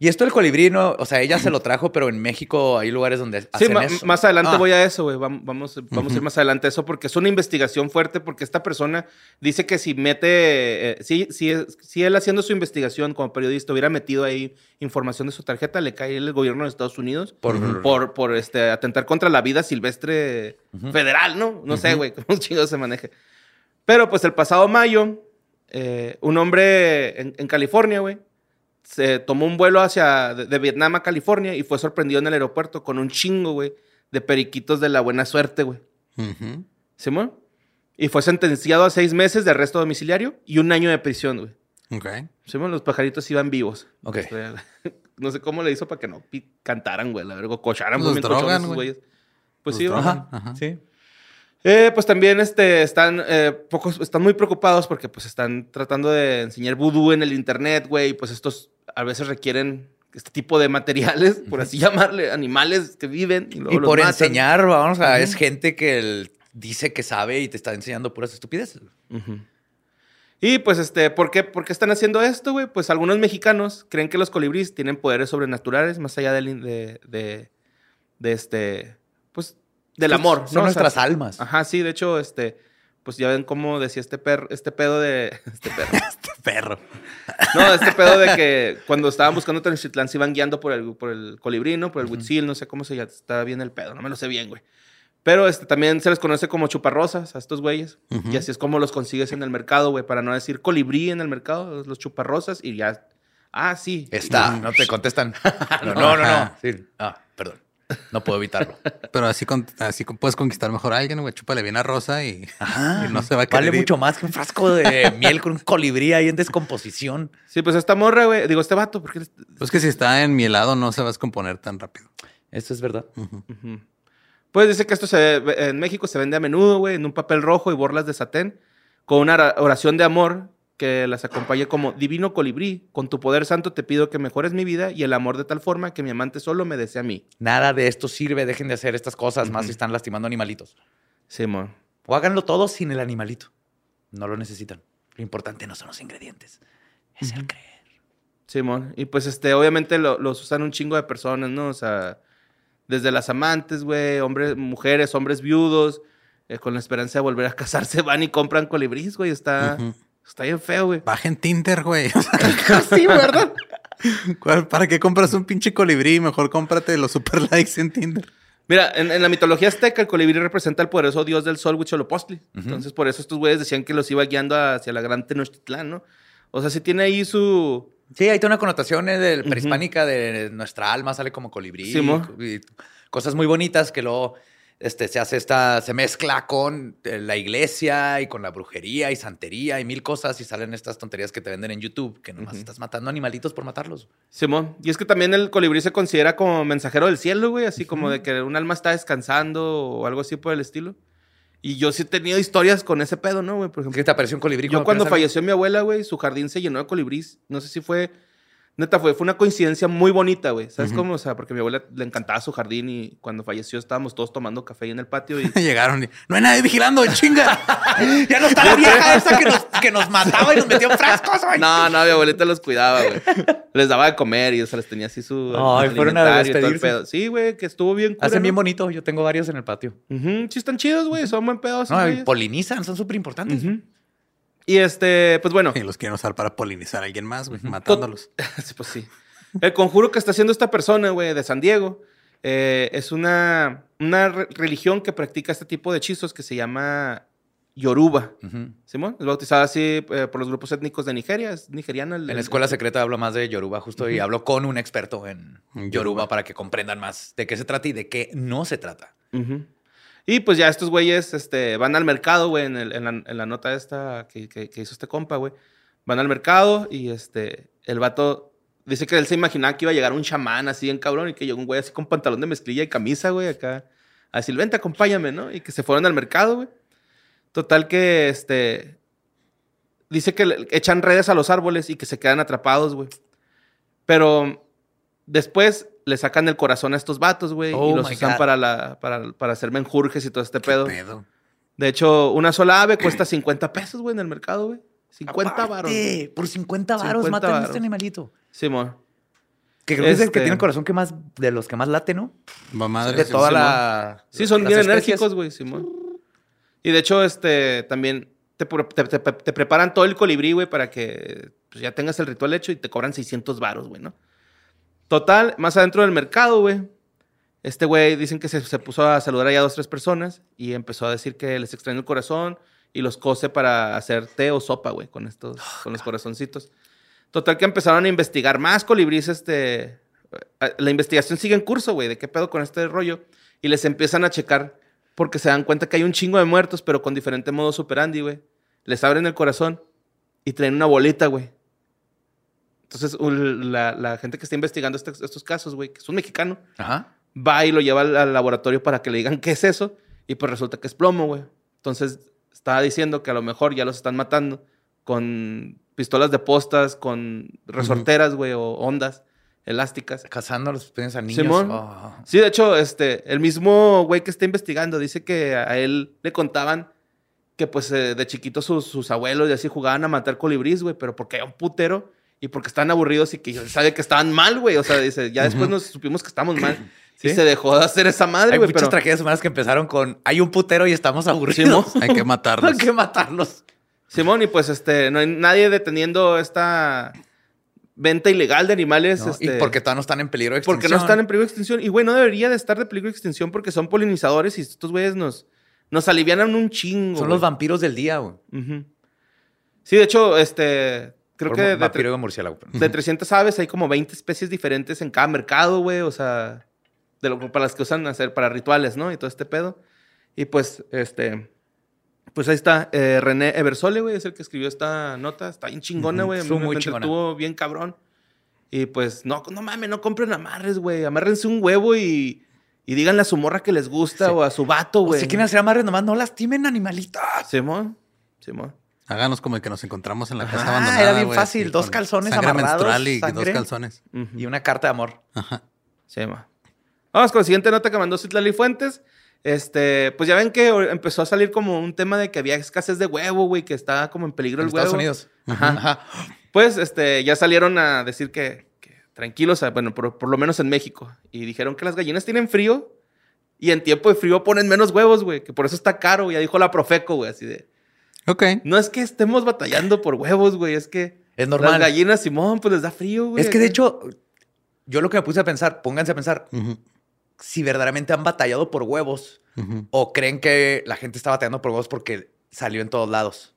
Y esto el colibrí, no, o sea, ella se lo trajo, pero en México hay lugares donde Sí, hacen ma- eso. más adelante Ah. voy a eso, güey. Vam- Vamos, vamos a ir más adelante a eso porque es una investigación fuerte porque esta persona dice que si mete, eh, si, si, es- si él haciendo su investigación como periodista hubiera metido ahí información de su tarjeta, le cae el gobierno de Estados Unidos por, por, por, este, atentar contra la vida silvestre federal, ¿no? No sé, güey, cómo chingados se maneje. Pero pues el pasado mayo, eh, un hombre en, en California, güey, se tomó un vuelo hacia de, de Vietnam a California y fue sorprendido en el aeropuerto con un chingo, güey, de periquitos de la buena suerte, güey. Ujú. ¿Simón? Y fue sentenciado a seis meses de arresto domiciliario y un año de prisión, güey. Ok. Simón, los pajaritos iban vivos. Ok. No sé cómo le hizo para que no pi- cantaran, güey, la verga, o cocharan Los muy bien cochones drogan, esos güey. güeyes. Pues Los sí, drogan. ajá. Ajá, Ajá. sí. Eh, pues también este, están, eh, pocos, están muy preocupados porque pues están tratando de enseñar vudú en el internet, güey. Y pues estos a veces requieren este tipo de materiales, por así llamarle, animales que viven. Y, luego Y los por matan. enseñar, vamos a, es gente que el- dice que sabe y te está enseñando puras estupideces. Ujú. Y pues este, ¿por qué, por qué están haciendo esto, güey? Pues algunos mexicanos creen que los colibríes tienen poderes sobrenaturales más allá del, in- de, de, de este, pues del Pues, amor. Son ¿no? O sea, nuestras almas. Ajá, sí, de hecho, este, pues ya ven cómo decía este perro, este pedo de, este perro. Perro. No, este pedo de que cuando estaban buscando Tenochtitlán se iban guiando por el, por el colibrí, ¿no? Por el huitzil, no sé cómo se llama. Está bien el pedo, no me lo sé bien, güey. Pero este, también se les conoce como chuparrosas a estos güeyes. Y así es como los consigues en el mercado, güey. Para no decir colibrí en el mercado, los chuparrosas y ya. Ah, sí. Está, Ujú. no te contestan. no, no, no. no. Ajá. Sí. Ah, perdón. No puedo evitarlo. Pero así, con- así con- puedes conquistar mejor a alguien, güey. Chúpale bien a Rosa y, Ajá. y no se va a querer Vale ir. mucho más que un frasco de miel con un colibrí ahí en descomposición. Sí, pues esta morra, güey. Digo, este vato, porque... Pues que si está en mi helado no se va a descomponer tan rápido. Eso es verdad. Ujú. Pues dice que esto se ve- en México se vende a menudo, güey, en un papel rojo y borlas de satén, con una ra- oración de amor que las acompañe como Divino Colibrí, con tu poder santo te pido que mejores mi vida y el amor de tal forma que mi amante solo me desee a mí. Nada de esto sirve. Dejen de hacer estas cosas más si están lastimando animalitos. Simón. O háganlo todo sin el animalito. No lo necesitan. Lo importante no son los ingredientes. Es el creer. Simón. Y pues este, obviamente lo- los usan un chingo de personas, ¿no? O sea, desde las amantes, güey, hombres, mujeres, hombres viudos, eh, con la esperanza de volver a casarse, van y compran colibrís, güey. Está, Ujú. está bien feo, güey. Bajen Tinder, güey. sí, ¿verdad? ¿Cuál- ¿Para qué compras un pinche colibrí? Mejor cómprate los super likes en Tinder. Mira, en, en la mitología azteca, el colibrí representa al poderoso dios del sol, Huitzilopochtli. Entonces, por eso estos güeyes decían que los iba guiando hacia la gran Tenochtitlán, ¿no? O sea, sí tiene ahí su... Sí, ahí tiene una connotación eh, del prehispánica de nuestra alma sale como colibrí. Sí, mo. y cosas muy bonitas que luego este, se hace esta, se mezcla con eh, la iglesia y con la brujería y santería y mil cosas y salen estas tonterías que te venden en YouTube, que nomás estás matando animalitos por matarlos. Simón. Y es que también el colibrí se considera como mensajero del cielo, güey. Así como de que un alma está descansando o algo así por el estilo. Y yo sí he tenido historias con ese pedo, ¿no, güey? Por ejemplo, ¿Qué te apareció un colibrí? Yo cuando apenas falleció mi abuela, güey, su jardín se llenó de colibrís. No sé si fue... Neta, fue, fue una coincidencia muy bonita, güey. ¿Sabes cómo? O sea, porque a mi abuela le encantaba su jardín y cuando falleció estábamos todos tomando café ahí en el patio y... Llegaron y no hay nadie vigilando, chinga. salió? Ya no está la vieja esa que nos, que nos mataba y nos metió en frascos. güey! No, no, mi abuelita los cuidaba, güey. Les daba de comer y o sea, les tenía así su Ay, fueron a alimentario y todo el despedirse. pedo. Sí, güey, que estuvo bien cura, Hacen bien ¿no? bonito. Yo tengo varios en el patio. Ujú, Sí están chidos, güey, son buen pedo. esos No, y güeyes. polinizan, son súper importantes. Pues Ujú. Y este, pues bueno, Y los quieren usar para polinizar a alguien más, güey, matándolos. Sí, pues sí. El conjuro que está haciendo esta persona, güey, de San Diego, eh, es una, una re- religión que practica este tipo de hechizos que se llama Yoruba. Ujú. Simón, es bautizada así eh, por los grupos étnicos de Nigeria, es nigeriana. el- En la escuela secreta hablo más de Yoruba, justo, y hablo con un experto en En Yoruba, Yoruba. para que comprendan más de qué se trata y de qué no se trata. Ujú. Y pues ya estos güeyes este, van al mercado, güey, en, el- en la, en la nota esta que, que- que hizo este compa, güey. Van al mercado y este, el vato dice que él se imaginaba que iba a llegar un chamán así en cabrón y que llegó un güey así con pantalón de mezclilla y camisa, güey, acá. A decir, vente, acompáñame, ¿no? Y que se fueron al mercado, güey. Total que, este, dice que le- echan redes a los árboles y que se quedan atrapados, güey. Pero después le sacan el corazón a estos vatos, güey, y Oh los my usan God. para, la, para, para hacer menjurjes y todo este pedo. Pedo. De hecho, una sola ave cuesta 50 pesos, güey, en el mercado, güey. 50 varos. Aparte, Por 50 varos 50 matan a varos. este animalito. Simón. Que creo que es el que Este- tiene el corazón que más, de los que más late, ¿no? Mamadre, de sí, toda sí, la. Sí, son las bien especies. enérgicos, güey, Simón. Y de hecho, este, también te, pre- te- te- te preparan todo el colibrí, güey, para que pues, ya tengas el ritual hecho y te cobran 600 varos, güey, ¿no? Total, más adentro del mercado, güey. Este güey dicen que se, se puso a saludar allá a dos, tres personas y empezó a decir que les extrañó el corazón y los cose para hacer té o sopa, güey, con estos, con los corazoncitos. Total que empezaron a investigar más colibríes, este... eh, La investigación sigue en curso, güey, de qué pedo con este rollo. Y les empiezan a checar porque se dan cuenta que hay un chingo de muertos, pero con diferente modo superandi, güey. Les abren el corazón y traen una boleta, güey. Entonces, ul- la, la gente que está investigando este- estos casos, güey, que es un mexicano, Ajá. va y lo lleva al, al laboratorio para que le digan qué es eso. Y pues resulta que es plomo, güey. Entonces estaba diciendo que a lo mejor ya los están matando con pistolas de postas, con resorteras, güey, o ondas elásticas. Cazando a los pequeños a niños. Simón. Oh. Sí, de hecho, este, el mismo güey que está investigando dice que a él le contaban que pues eh, de chiquito sus, sus abuelos y así jugaban a matar colibrís, güey, pero porque era un putero y porque estaban aburridos y que él sabe que estaban mal, güey. O sea, dice, ya después nos supimos que estamos mal. Sí. Y se dejó de hacer esa madre, Hay güey. muchas Pero... tragedias humanas que empezaron con hay un putero y estamos aburridos. Hay que matarlos. Hay que matarlos. Simón, y pues este, no hay nadie deteniendo esta venta ilegal de animales. ¿no? este, Y porque todavía no están en peligro de extinción. Porque no están en peligro de extinción. Y, güey, no debería de estar de peligro de extinción porque son polinizadores y estos güeyes nos, nos alivianan un chingo. Son güey. los vampiros del día, güey. Ujú. Sí, de hecho, este, creo Por que de, mu- vampiro de murciélago. pues. tre- de 300 aves hay como 20 especies diferentes en cada mercado, güey. O sea, de lo, para las que usan hacer para rituales, ¿no? Y todo este pedo. Y pues, este... Pues ahí está, eh, René Eversole, güey, es el que escribió esta nota. Está bien chingona, Ujú, güey. a mí estuvo me- muy me chingona. entretuvo bien cabrón. Y pues, no, no mames, no compren amarres, güey. Amárrense un huevo y, y díganle a su morra que les gusta o a su vato, O güey. Si quieren hacer amarres nomás, no lastimen animalitos. Simón, Simón. Háganos como el que nos encontramos en la casa Ajá, abandonada. Ah, era bien güey, fácil, así, dos con calzones sangre amarrados, menstrual y dos sangre. calzones. Ujú. Y una carta de amor. Ajá. Se llama. Vamos con la siguiente nota que mandó Citlali Fuentes. Este, pues ya ven que o- empezó a salir como un tema de que había escasez de huevo, güey, que estaba como en peligro En el huevo. Estados Unidos. Ajá. Pues este, ya salieron a decir que, que tranquilos, ah, bueno, por, por lo menos en México. Y dijeron que las gallinas tienen frío y en tiempo de frío ponen menos huevos, güey, que por eso está caro. Ya dijo la Profeco, güey, así de. Ok. No es que estemos batallando por huevos, güey, es que. Es normal. Las gallinas, Simón, pues les da frío, güey. Es que de acá. hecho, yo lo que me puse a pensar, pónganse a pensar Ujú, si verdaderamente han batallado por huevos ujú. o creen que la gente está batallando por huevos porque salió en todos lados.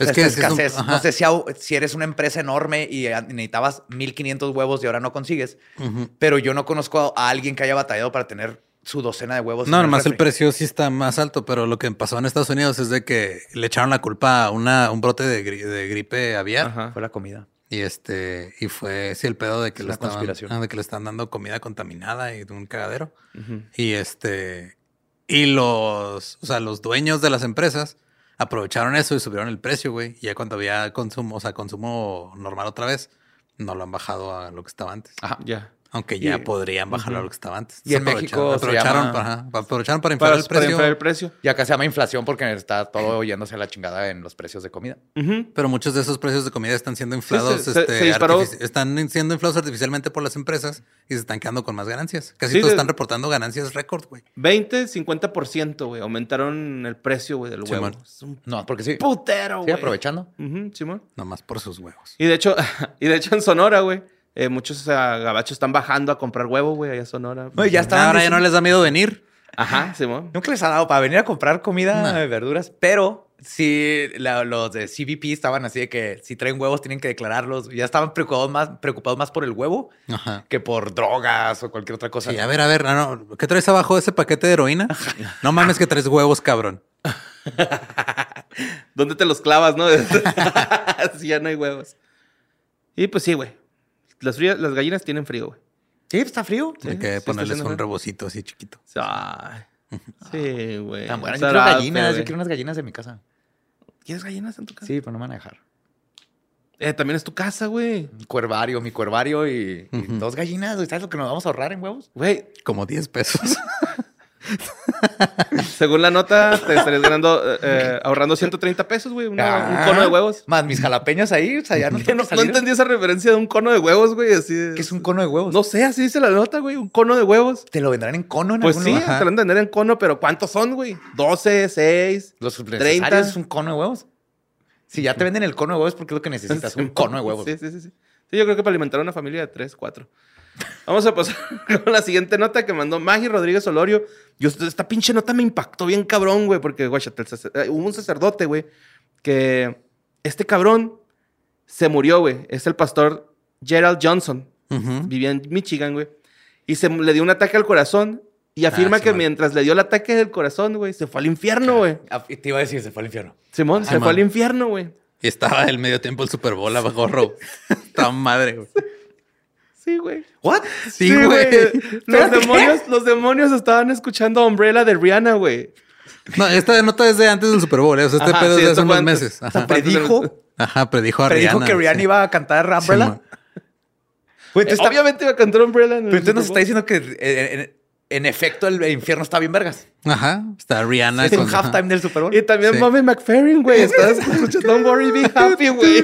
O sea, Es esta que es, es un- escasez. ajá, no sé si, au- si eres una empresa enorme y eh, necesitabas 1500 huevos y ahora no consigues, ujú. pero yo no conozco a, a alguien que haya batallado para tener su docena de huevos. No, en nomás el refri. precio sí está más alto, pero lo que pasó en Estados Unidos es de que le echaron la culpa a una, un brote de, gri- de gripe aviar Ajá. Fue la comida. y este y fue sí el pedo de que Es le una estaban conspiración. ah, de que le están dando comida contaminada y de un cagadero. Ujú. Y este. Y los. O sea, los dueños de las empresas aprovecharon eso y subieron el precio, güey. Y ya cuando había consumo, o sea, consumo normal otra vez, no lo han bajado a lo que estaba antes. Ya. Aunque ya Y- podrían bajarlo a lo que estaba antes. Y en Aprovecharon- México se aprovecharon, llama- para, ajá, aprovecharon para inflar Para, el para precio. inflar el precio. Y acá se llama inflación porque está todo yéndose a la chingada en los precios de comida. Ujú. Pero muchos de esos precios de comida están siendo inflados. se- se este, disparó. artifici- Están siendo inflados artificialmente por las empresas y se están quedando con más ganancias. Casi Sí, todos de- están reportando ganancias récord, güey. 20, 50%, güey. Aumentaron el precio, güey, del huevo. Simón. Es un No, porque sí. putero, Sí, güey. aprovechando. Ujú, Simón. Nomás por sus huevos. Y de hecho, y de hecho en Sonora, güey, eh, muchos ah, gabachos están bajando a comprar huevo, güey, allá en Sonora. Oye, ya estaban Ahora ya no diciendo- les da miedo venir. Ajá, Simón. Nunca les ha dado para venir a comprar comida, No. eh, verduras, pero sí, la- los de CBP estaban así de que si traen huevos tienen que declararlos. Ya estaban preocupados más, preocupados más por el huevo Ajá. que por drogas o cualquier otra cosa. Sí, a ver, a ver, no, no, ¿qué traes abajo de ese paquete de heroína? No mames que traes huevos, cabrón. ¿Dónde te los clavas, no? Así ya no hay huevos. Y pues sí, güey. Las, frías- las gallinas tienen frío, güey. Sí, está frío. Hay sí, que está ponerles haciendo un frío. rebocito así chiquito. Ay. Sí, güey. Tan buenas. Yo quiero Zarape, gallinas. güey. Yo quiero unas gallinas en mi casa. ¿Quieres gallinas en tu casa? Sí, pero no me van a dejar. Eh, también es tu casa, güey. Un cuervario, mi cuervario y, y Ujú. dos gallinas. güey. ¿Sabes lo que nos vamos a ahorrar en huevos? Güey, Como 10 pesos. según la nota, te estarías ganando, eh, eh, ahorrando 130 pesos, güey. Ah, una- un cono de huevos. Más mis jalapeños ahí. O sea, ya no Que tengo No, que no salir. entendí esa referencia de un cono de huevos, güey. Así de- ¿Qué es un cono de huevos? No sé, así dice la nota, güey. Un cono de huevos. ¿Te lo vendrán en cono en Pues algún sí, lugar? te lo han de vender en cono, pero ¿cuántos son, güey? 12, 6. Los 30. necesarios es un cono de huevos. Si ya te venden el cono de huevos, porque es lo que necesitas, un cono de huevos. Sí, sí, sí, sí. Sí, yo creo que para alimentar a una familia de 3, 4. Vamos a pasar con la siguiente nota que mandó Magi Rodríguez Olorio. Yo, esta pinche nota me impactó bien cabrón, güey, porque, guáchate, el sacer- eh, hubo un sacerdote, güey, que este cabrón se murió, güey. Es el pastor Gerald Johnson. Ujú. vivía en Michigan, güey. Y se le dio un ataque al corazón. Y Ah, afirma sí, que man. mientras le dio el ataque del corazón, güey, se fue al infierno, güey. Ah, y Te iba a decir, se fue al infierno. Simón, se man. fue al infierno, güey. Y estaba el medio tiempo el Super Bowl abajo, Rob. Está madre, güey. Sí, güey. ¿What? Sí, güey. Los Espérate, ¿qué? demonios, los demonios estaban escuchando Umbrella de Rihanna, güey. No, esta nota es de antes del Super Bowl. ¿eh? O sea, este Ajá, pedo sí, es de esto hace unos fue antes. meses. Ajá. Aparte del- Predijo, Ajá, predijo a predijo Rihanna. que Rihanna sí. iba a cantar Sí, Umbrella. man. Güey, Eh, entonces está- Obviamente iba a cantar Umbrella. En el Pero entonces nos está Super Bowl. diciendo que eh, en, en efecto el infierno está bien vergas. Ajá, está Rihanna. Es un con- ajá. halftime del Super Bowl. Y también Sí. Mommy McFerrin, güey. Estás escuchando Don't Worry, Be Happy, güey.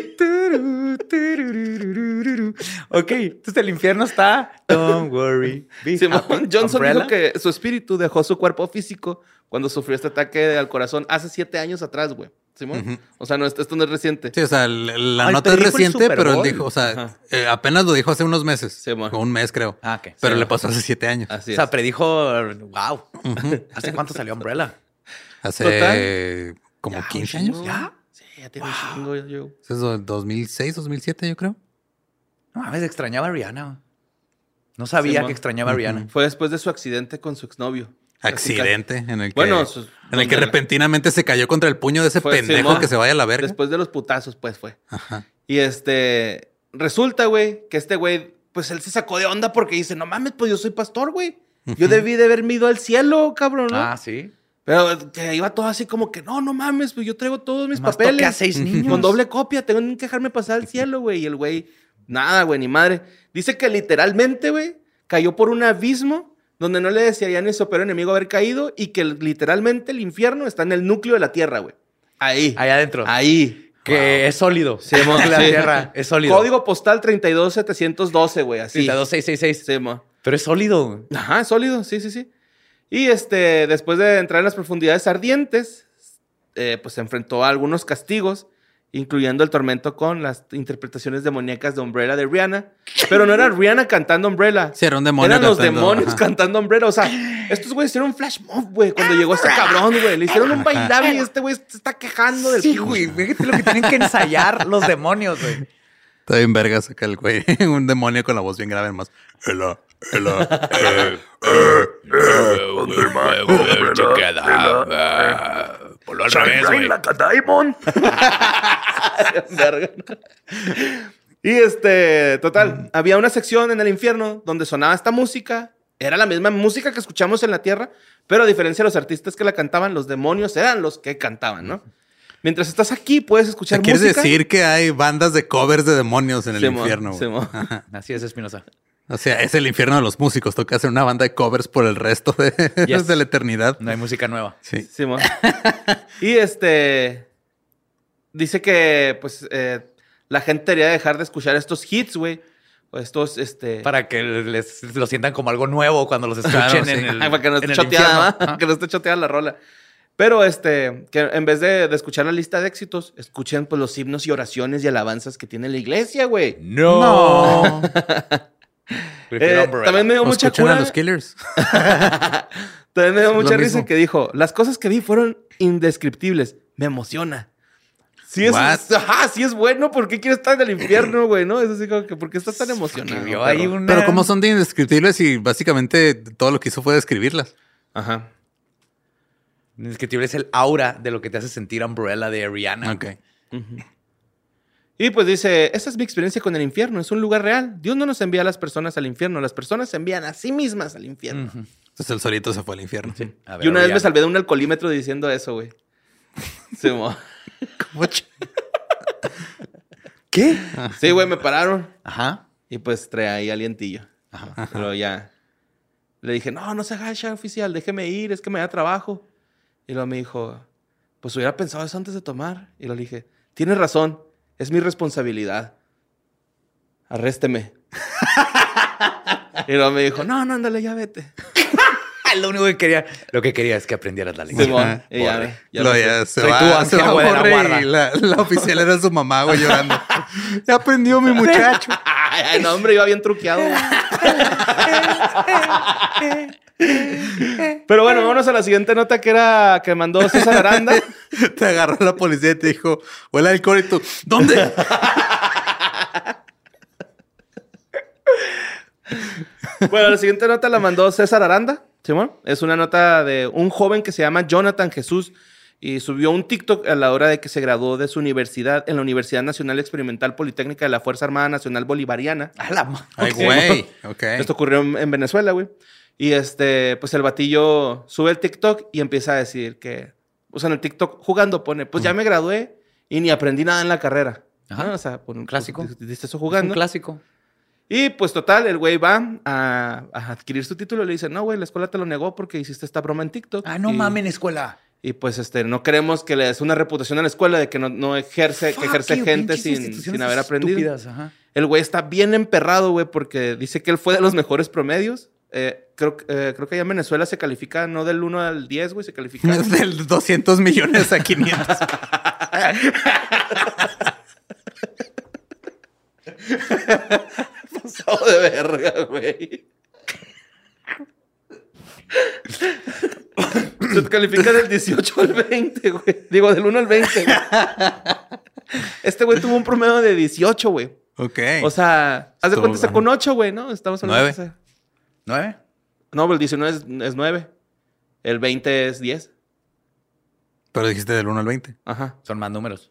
ok, entonces el infierno está. Don't worry. be happy, Simón Johnson umbrella. dijo que su espíritu dejó su cuerpo físico cuando sufrió este ataque al corazón hace siete años atrás, güey. Simón. Ujú. O sea, no, esto esto no es reciente. Sí, o sea, el- la Ay, nota es predijo el reciente, Super pero él Bowl. dijo, o sea, Ajá. eh, apenas lo dijo hace unos meses. Sí, man. o un mes, creo. Ah, ok. Pero sí, le man. pasó hace siete años. Así O es. sea, predijo. Wow. ¿Hace cuánto salió Umbrella? Hace total. como Ya, 15 un años. chingo. ¿Ya? Sí, ya tiene un chingo, yo- yo. Eso Es do- 2006, 2007, yo creo. No mames, extrañaba a Rihanna. No sabía Simón. que extrañaba a Rihanana. Fue después de su accidente con su exnovio. Accidente en el que, Bueno, sus- en el que donde- repentinamente se cayó contra el puño de ese Fue- pendejo Simón. que se vaya a la verga. Después de los putazos, pues fue. Ajá. Y este. Resulta, güey, que este güey, pues él se sacó de onda porque dice: No mames, pues yo soy pastor, güey. Yo debí de haberme ido al cielo, cabrón, ¿no? Ah, sí. Pero que iba todo así como que, no, no mames, pues yo traigo todos mis Nomás toqué papeles. a seis niños. Con doble copia, tengo que dejarme pasar al cielo, güey. Y el güey, nada, güey, ni madre. Dice que literalmente, güey, cayó por un abismo donde no le desearía ni su peor enemigo haber caído y que literalmente el infierno está en el núcleo de la tierra, güey. Ahí. Allá adentro. Ahí. que es sólido. Sí, mo. la Sí. tierra. Es sólido. Código postal 32712, güey, así. 32666. Sí, mo. Pero es sólido. Ajá, sólido, sí, sí, sí. Y este, después de entrar en las profundidades ardientes, eh, pues se enfrentó a algunos castigos, incluyendo el tormento con las interpretaciones demoníacas de Umbrella de Rihanna. Pero no era Rihanna cantando Umbrella. Sí, era un demonio Eran los cantando, demonios ajá. cantando Umbrella. O sea, estos güeyes hicieron un flash mob, güey, cuando llegó este cabrón, güey. Le hicieron un bailable y este güey se está quejando del Sí, güey. Fíjate lo que tienen que ensayar los demonios, güey. Está bien vergas acá el güey. un demonio con la voz bien grave más. Ela, ela, eh, Ponlo al revés, güey. Verga. Y este, Mm. total, había una sección en el infierno donde sonaba esta música. Era la misma música que escuchamos en la tierra, pero a diferencia de los artistas que la cantaban, los demonios eran los que cantaban, ¿no? Mientras estás aquí, puedes o sea, escuchar ¿Quieres música. decir que hay bandas de covers de demonios en el Simón, infierno? güey? Simón. Así es, Espinosa. O sea, es el infierno de los músicos. Toca hacer una banda de covers por el resto de, Yes. de la eternidad. No hay música nueva. Sí. Simón. y este. Dice que, pues, eh, la gente debería dejar de escuchar estos hits, güey. O estos, este. Para que les, lo sientan como algo nuevo cuando los escuchen Claro, sí. en el. Ay, para que no esté en el choteada, infierno. ¿va? que no esté choteada la rola. Pero este, que en vez de, de escuchar la lista de éxitos, escuchen pues los himnos y oraciones y alabanzas que tiene la iglesia, güey. No. Prefiero Eh, Umbrella. también me dio ¿O mucha escuchan a cura. los Killers? También me dio mucha risa mismo. que dijo, las cosas que vi fueron indescriptibles, me emociona. Si es, What? ajá, si es bueno, ¿por qué quieres estar en el infierno, güey? ¿No? Es así como que, ¿por qué estás tan emocionado? vio perro? ahí una- Pero cómo son de indescriptibles y básicamente todo lo que hizo fue describirlas. Ajá. Indescriptible es el aura de lo que te hace sentir Umbrella de Rihanna. Ok. Y pues dice, esa es mi experiencia con el infierno, es un lugar real. Dios no nos envía a las personas al infierno, las personas se envían a sí mismas al infierno. Ujú. Entonces el solito se fue al infierno. A ver, Y una vez Rihanna. me salvé de un alcoholímetro diciendo eso, güey. Sí, mo- ¿Cómo ch- ¿Qué? sí, güey, me pararon. Ajá. Y pues traía ahí alientillo. Ajá. Pero ya. Le dije, no, no se agacha, oficial, déjeme ir, es que me da trabajo. Y luego me dijo, pues hubiera pensado eso antes de tomar. Y le dije, tienes razón, es mi responsabilidad. Arrésteme. y luego me dijo, no, no, ándale, ya vete. Lo único que quería, lo que quería es que aprendieras la lengua. Simón, y ya, Pobre. ya Lo me fui. ya se Soy va, tu se va ángel, güey, de la Borre, guarda. y la, la oficial era su mamá, güey, llorando. ya aprendió mi muchacho. Ay, ay, no, hombre, iba bien truqueado. Pero bueno, vámonos a la siguiente nota que era que mandó César Aranda. te agarró la policía y te dijo, huele alcohol y tú, ¿dónde? Bueno, la siguiente nota la mandó César Aranda. Simón, es una nota de un joven que se llama Jonathan Jesús y subió un TikTok a la hora de que se graduó de su universidad en la Universidad Nacional Experimental Politécnica de la Fuerza Armada Nacional Bolivariana. A la ma- Ay, Ok. güey. Ok. Esto ocurrió en, en Venezuela, güey. Y este, pues el batillo sube el TikTok y empieza a decir que, o sea, en el TikTok jugando pone, pues ya me gradué y ni aprendí nada en la carrera. Ajá. ¿No? O sea, por un Clásico. pues, dice eso Es un jugando. clásico. Y pues total, el güey va a, a adquirir su título y le dice, no, güey, la escuela te lo negó porque hiciste esta broma en TikTok. Ah, no Y- mamen, escuela. Y pues este, no queremos que le des una reputación a la escuela de que no, no ejerce, que ejerce gente sin, sin haber aprendido. El güey está bien emperrado, güey, porque dice que él fue de los mejores promedios. Eh, creo, que- eh, creo que allá en Venezuela se califica no del 1 al 10, güey, se califica. Del 200 millones a 500. pasado de verga, güey. Se califica del 18 al 20, güey. Digo, del 1 al 20. güey. Este güey tuvo un promedio de 18, güey. Ok. O sea, haz de Estuvo- cuenta, sacó un 8, güey, ¿no? Estamos hablando de Nueve. esa- ¿Nueve? No, pero el 19 es, es 9. El 20 es 10. Pero dijiste del 1 al 20. Ajá. Son más números.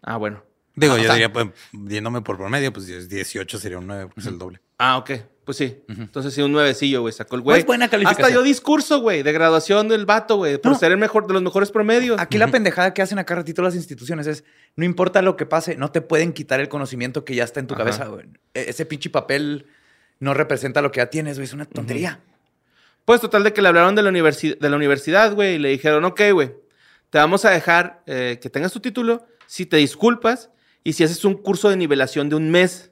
Ah, bueno. Digo, Ah, o yo sea- diría, pues, yéndome por promedio, pues 18 sería un 9, es el doble. Ah, ok. Pues sí. Entonces sí, un nuevecillo, güey. Sacó el güey. Pues buena calificación. Hasta yo discurso, güey, de graduación del vato, güey, por No. ser el mejor de los mejores promedios. Aquí la pendejada que hacen acá ratito las instituciones es, no importa lo que pase, no te pueden quitar el conocimiento que ya está en tu Ajá. cabeza. güey. E- Ese pinche papel no representa lo que ya tienes, güey. Es una tontería. Pues total de que le hablaron de la, universi- de la universidad, güey, y le dijeron, ok, güey, te vamos a dejar eh, que tengas tu título si te disculpas y si haces un curso de nivelación de un mes.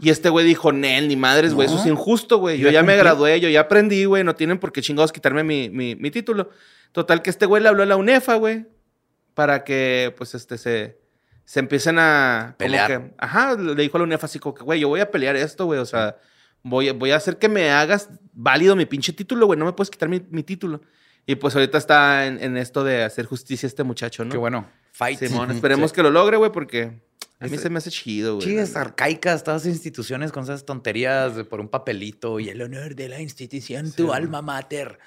Y este güey dijo, Nel, ni madres, güey, eso es injusto, güey. Yo Yo ya ya me cumplí. gradué, yo ya aprendí, güey, no tienen por qué chingados quitarme mi, mi- mi título. Total que este güey le habló a la UNEFA, güey, para que, pues, este, se, se empiecen a... como Pelear. que- ajá, le dijo a la UNEFA así como que, güey, yo voy a pelear esto, güey, o sea... Voy, voy a hacer que me hagas válido mi pinche título, güey. No me puedes quitar mi, mi título. Y pues ahorita está en, en esto de hacer justicia este muchacho, ¿no? Qué bueno. Fight. Simón, Ujú. esperemos que lo logre, güey, porque a mí Ese- se me hace chido, güey. Chigues arcaicas, todas esas instituciones con esas tonterías de por un papelito y el honor de la institución, tu alma mater.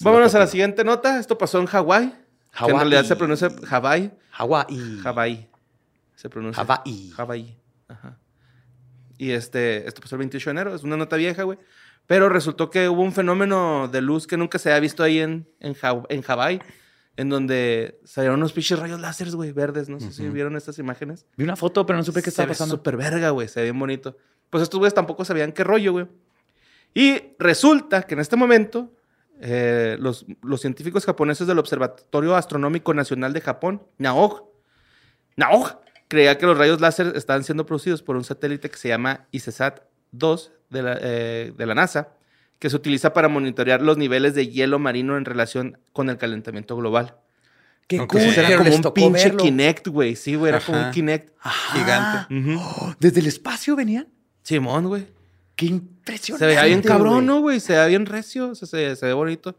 Vámonos a la siguiente nota. Esto pasó en Hawái. Que en Hawái. realidad se pronuncia Hawái. Hawái. Hawái. Se pronuncia. Hawái. Hawái. Ajá. Y este, esto pasó el 28 de enero. Es una nota vieja, güey. Pero resultó que hubo un fenómeno de luz que nunca se había visto ahí en, en, Haw- en Hawái. En donde salieron unos pinches rayos láseres, güey, verdes. No sé si vieron estas imágenes. Vi una foto, pero no supe qué Se estaba ve pasando. Súper verga, güey. Se ve bien bonito. Pues estos güeyes tampoco sabían qué rollo, güey. Y resulta que en este momento eh, los, los científicos japoneses del Observatorio Astronómico Nacional de Japón, NAOG, NAOG, creía que los rayos láser estaban siendo producidos por un satélite que se llama ICESat-2 de, la- eh, de la NASA, que se utiliza para monitorear los niveles de hielo marino en relación con el calentamiento global. Qué Ok. cool. Pues Era pero como les un tocó pinche verlo. Kinect, güey. Sí, güey, era como un Ajá. Kinect. Ajá. Gigante. Ujú. Oh, Desde el espacio venían. Simón, güey. Qué impresionante. Se veía bien cabrón, güey. ¿no, güey? Se veía bien recio, o sea, se, se ve bonito.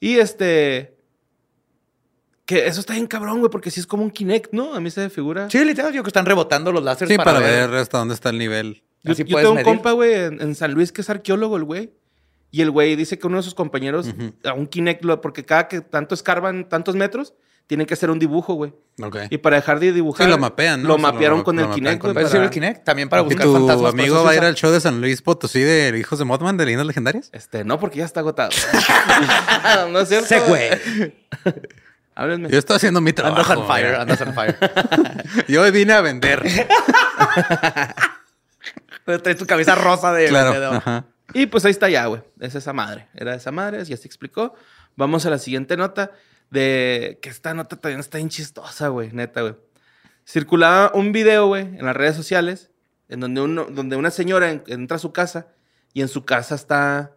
Y este, Que eso está bien cabrón, güey, porque sí es como un Kinect, ¿no? A mí se me figura. Sí, literal, yo que están rebotando los láseres Sí, para ver hasta dónde está el nivel. Yo, Así yo puedes tengo un medir. compa, güey, en, en San Luis que es arqueólogo, el güey. Y el güey dice que uno de sus compañeros, a un Kinect, lo- porque cada que tanto escarban tantos metros, tienen que hacer un dibujo, güey. Ok. Y para dejar de dibujar. Eh. Sí, lo mapean, ¿no? Lo O sea, lo- mapearon con lo el mapean Kinect, con- güey. Puedes para- decir el Kinect también para ¿Y buscar tu fantasmas. pues, por amigo eso va a se ir usa. al show de San Luis Potosí de Hijos de Mothman de Leyendas Legendarias? Este, no, porque ya está agotado. no es cierto. Se güey. Háblenme. Yo estoy haciendo mi Andas trabajo. on fire, mira. andas on fire. Yo hoy vine a vender. Pero Traes tu cabeza rosa de... de- de- claro. Ajá. Y pues ahí está ya, güey. Es esa madre. Era esa madre, ya se explicó. Vamos a la siguiente nota de que esta nota también está bien chistosa, güey, neta, güey. Circulaba un video, güey, en las redes sociales, en donde, uno, donde una señora en- entra a su casa y en su casa está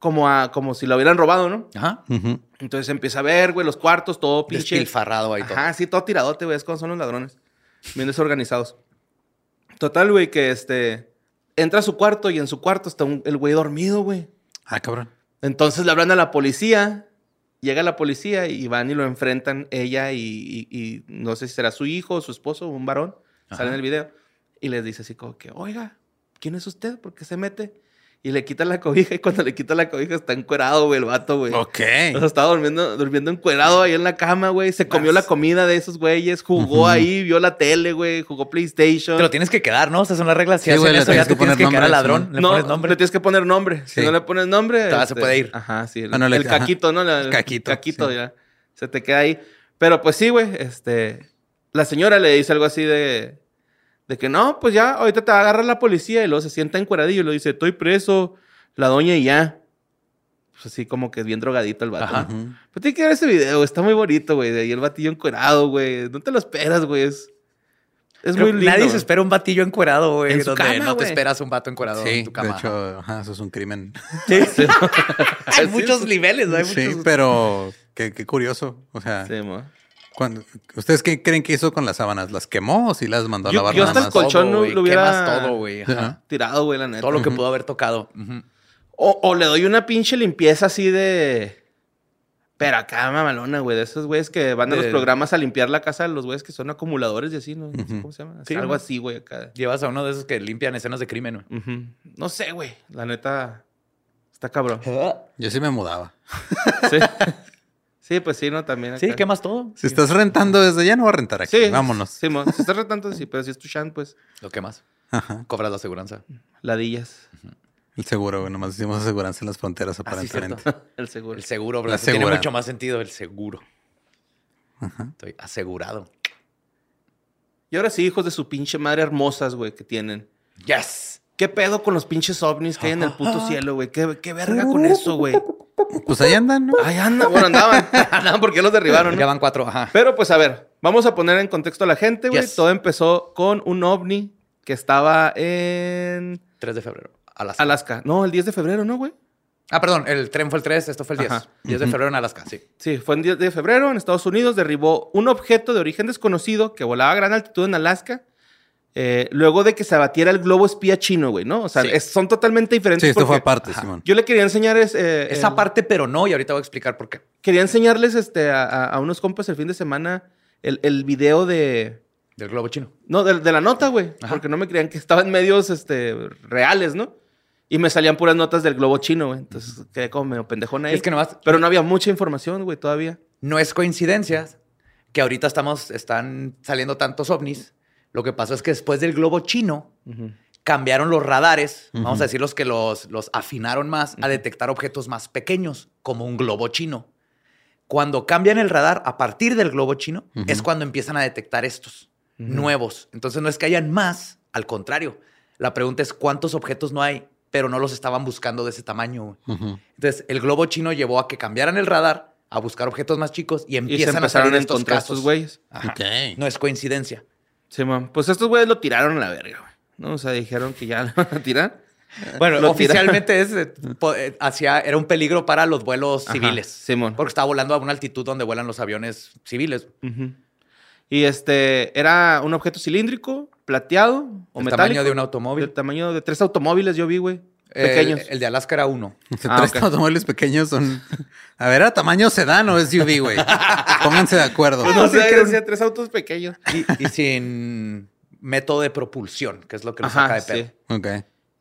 como, a, como si la hubieran robado, ¿no? Ajá. Ujú. Entonces empieza a ver, güey, los cuartos, todo pinche. Despilfarrado ahí todo. Ajá, sí, todo tiradote, güey. Es como son los ladrones. Bien desorganizados. Total, güey, que este. Entra a su cuarto y en su cuarto está un- el güey dormido, güey. Ah, cabrón. Entonces le hablan a la policía. Llega la policía y van y lo enfrentan ella y, y- y no sé si será su hijo, su esposo, un varón. Sale en el video. Y les dice así como que, oiga, ¿quién es usted? ¿Por qué se mete? Y le quita la cobija y cuando le quita la cobija está encuerado, güey, el vato, güey. Ok. O sea, estaba durmiendo, durmiendo encuerado ahí en la cama, güey. Se comió la comida de esos güeyes, jugó Ujú. ahí, vio la tele, güey, jugó PlayStation. Te lo tienes que quedar, ¿no? Esas son las reglas. Si Sí, hacen güey, le eso, ya tienes te que tienes poner que quedar al nombres, ladrón. ¿no? Le no, pones nombre. le tienes que poner nombre. Sí. Si no le pones nombre. este, Todavía se puede ir. Ajá, sí. El, Ah, no, le- el ajá. caquito, ¿no? La- El Caquito, caquito. sí. ya. Se te queda ahí. Pero pues sí, güey. Este. La señora le dice algo así de. De que no, pues ya, ahorita te va a agarrar la policía. Y luego se sienta encueradillo y le dice, estoy preso. La doña y ya. Pues así como que bien drogadito el vato. Ajá. Ajá. Ujú. Pero Pues tiene que ver ese video, güey, está muy bonito, güey. De ahí el batillo encuerado, güey. No te lo esperas, güey. Es, es Creo muy que lindo. Nadie se güey. espera un batillo encuerado, güey. En su Donde cama, no te güey. esperas un vato encuerado Sí, en tu cama. de hecho, ajá, eso es un crimen. hay muchos niveles, ¿no? Pues Hay sí, muchos... pero qué, qué curioso. O sea, Sí, mo. cuando- ¿ustedes qué creen que hizo con las sábanas? ¿Las quemó o si las mandó a Yo- lavar yo nada hasta el más? colchón no güey, lo hubiera- quemas todo, güey. ajá. Ajá. Tirado, güey, la neta. Todo lo que pudo haber tocado. Ujú. O, o le doy una pinche limpieza así de. Pero acá, mamalona, güey. De esos güeyes que van a los De- programas a limpiar la casa de los güeyes que son acumuladores y así, ¿no? No sé Ujú. ¿Cómo se llama? Sí, Algo mo. así, güey, acá. Llevas a uno de esos que limpian escenas de crimen, güey. Ujú. No sé, güey. La neta. Está cabrón. Yo sí me mudaba. Sí. sí, pues sí, ¿no? También. Sí, acá. quemas todo. Si estás rentando desde ya, no voy a rentar aquí. Sí, Vámonos. Sí, mo. Si estás retando, sí, pero si es tu shan, pues Lo quemas. Ajá. Cobras la aseguranza. ladillas. El seguro, güey. Nomás hicimos aseguranza en las fronteras, Ah, sí, aparentemente. cierto. El seguro. El seguro, bro. La Eso Tiene segura. mucho más sentido el seguro. Ajá. Estoy asegurado. Y ahora sí, hijos de su pinche madre hermosas, güey, que tienen. Yes. ¿Qué pedo con los pinches ovnis que hay en el puto cielo, güey? ¿Qué, qué verga con eso, güey? Pues ahí andan, ¿no? Ay, anda. Bueno, andaban. Andaban porque ya los derribaron, Ya ¿no? van cuatro. Ajá. Pero pues a ver, vamos a poner en contexto a la gente, güey. Yes. Todo empezó con un ovni que estaba en 3 de febrero. A las... Alaska. No, el 10 de febrero, ¿no, güey? Ah, perdón. El tren fue el 3. Esto fue el 10. Ajá. 10 de febrero en Alaska. Sí. Sí, fue el 10 de febrero en Estados Unidos, derribó un objeto de origen desconocido que volaba a gran altitud en Alaska. eh, luego de que se abatiera el globo espía chino, güey, ¿no? O sea, Sí. es- son totalmente diferentes. Sí, esto fue porque- aparte, Ajá. Simón. Yo le quería enseñar es, eh, Esa el- parte, pero no. Y ahorita voy a explicar por qué. Quería enseñarles este, a, a- a unos compas el fin de semana el, el video de. Del globo chino. No, de, de la nota, güey. Ajá. Porque no me creían que estaban medios este, reales, ¿no? Y me salían puras notas del globo chino, güey. Entonces quedé como medio pendejón ahí. Es que nomás- Pero no había mucha información, güey, todavía. No es coincidencia que ahorita estamos, están saliendo tantos ovnis. Lo que pasó es que después del globo chino cambiaron los radares, vamos a decir los que los, los afinaron más, a detectar objetos más pequeños, como un globo chino. Cuando cambian el radar a partir del globo chino, es cuando empiezan a detectar estos nuevos. Entonces no es que hayan más, al contrario. La pregunta es cuántos objetos no hay, pero no los estaban buscando de ese tamaño. güey. Ujú. Entonces, el globo chino llevó a que cambiaran el radar, a buscar objetos más chicos y Y se empiezan a empezaron salir a estos encontrar casos. estos güeyes. Ajá. Ok. No es coincidencia. Sí, man. Pues estos güeyes lo tiraron a la verga, güey. ¿No? O sea, dijeron que ya lo van a tirar. Bueno, Lo tiraron. oficialmente es, eh, po- eh, hacia, era un peligro para los vuelos Ajá, civiles. Simón. Porque estaba volando a una altitud donde vuelan los aviones civiles. Ujú. Y este era un objeto cilíndrico, plateado o el metálico. tamaño de un automóvil. Del tamaño de tres automóviles yo vi, güey. El- Pequeños. Eh, El, de Alaska era uno. Ah, Tres ok. automóviles pequeños son. A ver, a tamaño sedán o SUV, güey. Pónganse de acuerdo. Pues no sé, que decía tres autos pequeños. Y, y sin método de propulsión, que es lo que lo saca Ajá, de pedo. sí. Ok.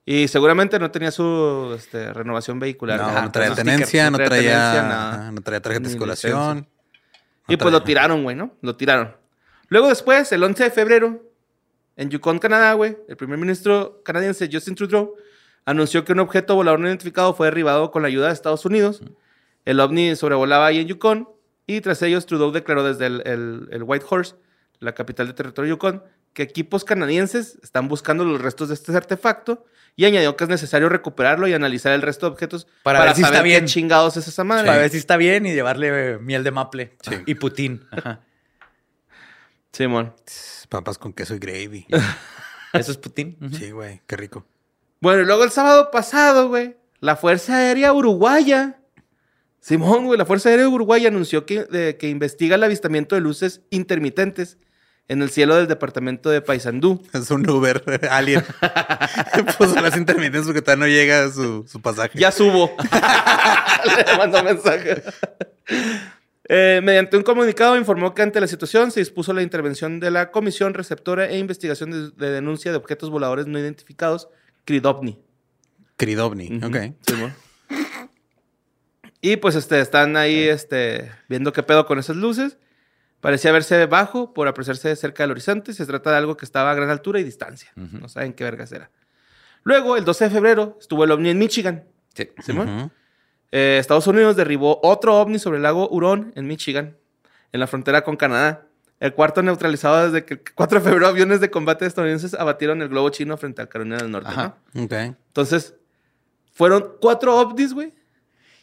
Y seguramente no tenía su este, renovación vehicular. No, Ajá, no traía sus tenencia, stickers, no traía, tenencia, ah, nada. no traía tarjeta de Ni circulación. Y No pues lo traía. tiraron, güey, ¿no? Lo tiraron. Luego después, el 11 de febrero, en Yukon, Canadá, güey, el primer ministro canadiense Justin Trudeau anunció que un objeto volador no identificado fue derribado con la ayuda de Estados Unidos. El ovni sobrevolaba ahí en Yukon y tras ellos Trudeau declaró desde el, el- el White Horse, la capital del territorio Yukon, que equipos canadienses están buscando los restos de este artefacto y añadió que es necesario recuperarlo y analizar el resto de objetos Para ver si está qué bien. chingados es esa madre. Para ver si está bien y llevarle eh, miel de maple Sí. y putín. Ajá. Simón. Papas con queso y gravy. ¿Eso es putín? Ujú. Sí, güey, qué rico. Bueno, y luego el sábado pasado, güey, la Fuerza Aérea Uruguaya. Simón, güey, la Fuerza Aérea Uruguaya anunció que, de- que investiga el avistamiento de luces intermitentes en el cielo del departamento de Paysandú. Es un Uber alien. pues a las intermitentes porque todavía no llega su, su pasaje. Ya subo. Le mando mensaje. Eh, mediante un comunicado informó que ante la situación se dispuso la intervención de la Comisión Receptora e Investigación de, de Denuncia de Objetos Voladores No Identificados, CRIDOVNI. Cridovni. Ujú, Ok. Simón. Y pues este, están ahí este, viendo qué pedo con esas luces. Parecía verse bajo por apreciarse de cerca del horizonte. Se trata de algo que estaba a gran altura y distancia. Ujú. No saben qué vergas era. Luego, el 12 de febrero, estuvo el ovni en Michigan. Sí. Simón. Ujú. Eh, Estados Unidos derribó otro ovni sobre el lago Hurón, en Michigan, en la frontera con Canadá. El cuarto neutralizado desde que el 4 de febrero aviones de combate estadounidenses abatieron el globo chino frente al Carolina del Norte. ¿no? Ajá. Ok. Entonces, fueron cuatro ovnis, güey.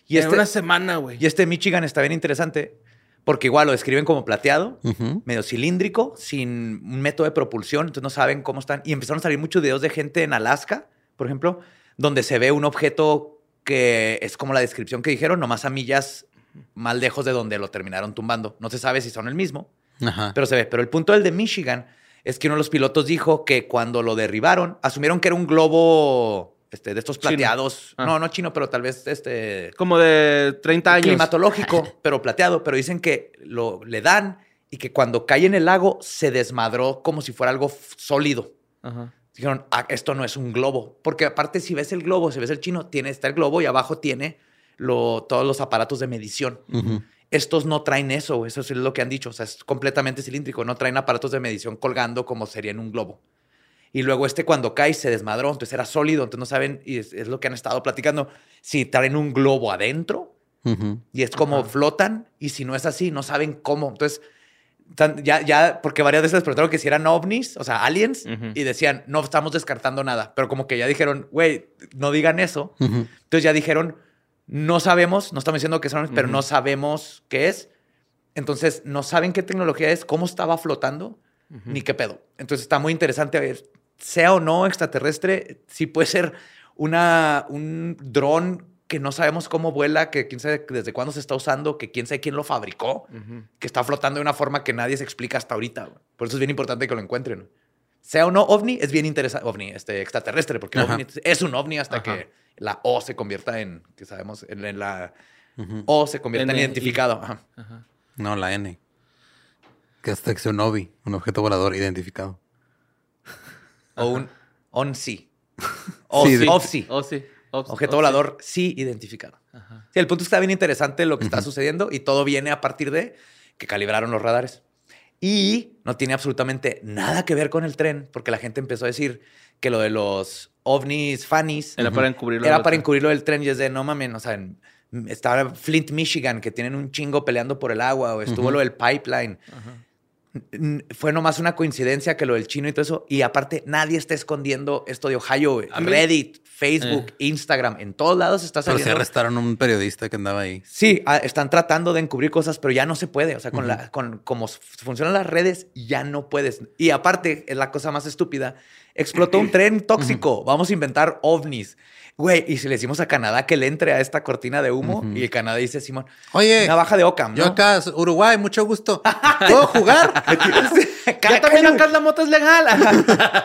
Y en este, una semana, güey. y este Michigan está bien interesante porque igual lo describen como plateado, Ujú. medio cilíndrico, sin un método de propulsión, entonces no saben cómo están. Y empezaron a salir muchos videos de gente en Alaska, por ejemplo, donde se ve un objeto que es como la descripción que dijeron, nomás a millas más lejos de donde lo terminaron tumbando. No se sabe si son el mismo, Ajá. pero se ve. Pero el punto del de Michigan es que uno de los pilotos dijo que cuando lo derribaron, asumieron que era un globo este, de estos Chino. plateados. Ah. No, no chino, pero tal vez este Como de 30 años. climatológico, pero plateado. Pero dicen que lo le dan y que cuando cae en el lago se desmadró como si fuera algo f- sólido. Ajá. Dijeron, "Ah, esto no es un globo. Porque aparte, si ves el globo, si ves el chino, tiene, está el globo y abajo tiene lo- todos los aparatos de medición. Ujú. Estos no traen eso, güey. eso es lo que han dicho. O sea, es completamente cilíndrico. No traen aparatos de medición colgando como sería en un globo. Y luego este cuando cae se desmadró, entonces era sólido, entonces no saben, y es, es lo que han estado platicando, si traen un globo adentro Ujú. y es como flotan y si no es así, no saben cómo. Entonces, tan- ya, ya, porque varias veces les preguntaron que si eran ovnis, o sea, aliens, Ujú. y decían, no estamos descartando nada, pero como que ya dijeron, güey, no digan eso. Ujú. Entonces ya dijeron, no sabemos, no estamos diciendo que son, ovnis, pero Ujú. no sabemos qué es. Entonces, no saben qué tecnología es, cómo estaba flotando, ni qué pedo. Entonces, está muy interesante a ver, sea o no extraterrestre, sí puede ser una, un dron que no sabemos cómo vuela, que quién sabe desde cuándo se está usando, que quién sabe quién lo fabricó, Ujú. que está flotando de una forma que nadie se explica hasta ahorita. güey. Por eso es bien importante que lo encuentren. Sea o no ovni, es bien interesante, ovni, este, extraterrestre, porque Ajá. ovni es un ovni hasta Ajá. que la O se convierta en, que sabemos, en, en la Ujú. O se convierta en, N, I. identificado. Ajá. Ajá. No, la N. Que hasta que sea un OVI, un objeto volador identificado. O un ONSI. O Sí, de- OVSI. Oh, sí. Ops- Objeto oh, sí. volador sí identificado. Ajá. Sí, el punto es que está bien interesante lo que está sucediendo y todo viene a partir de que calibraron los radares. Y no tiene absolutamente nada que ver con el tren, porque la gente empezó a decir que lo de los ovnis, fannies, Era ujú, para encubrirlo. era al para otro. encubrirlo del tren y es de no mamen, o sea, en- estaba Flint, Michigan, que tienen un chingo peleando por el agua, o estuvo Ujú. lo del pipeline. Ajá. N- Fue nomás una coincidencia que lo del chino y todo eso. Y aparte, nadie está escondiendo esto de Ohio. güey. A mí- Reddit, Facebook, Instagram, en todos lados está Eh. Pero saliendo. sí arrestaron a un periodista que andaba ahí. Sí, a- están tratando de encubrir cosas, pero ya no se puede. O sea, con, la, con como s- funcionan las redes, ya no puedes. Y aparte, es la cosa más estúpida Explotó un tren tóxico. Vamos a inventar ovnis. Güey, y si le decimos a Canadá que le entre a esta cortina de humo, y Canadá dice, Simón, Oye, una baja de Ockham. Eh, yo ¿no? acá, Uruguay, mucho gusto. ¿Puedo jugar? ya también acá la moto es legal.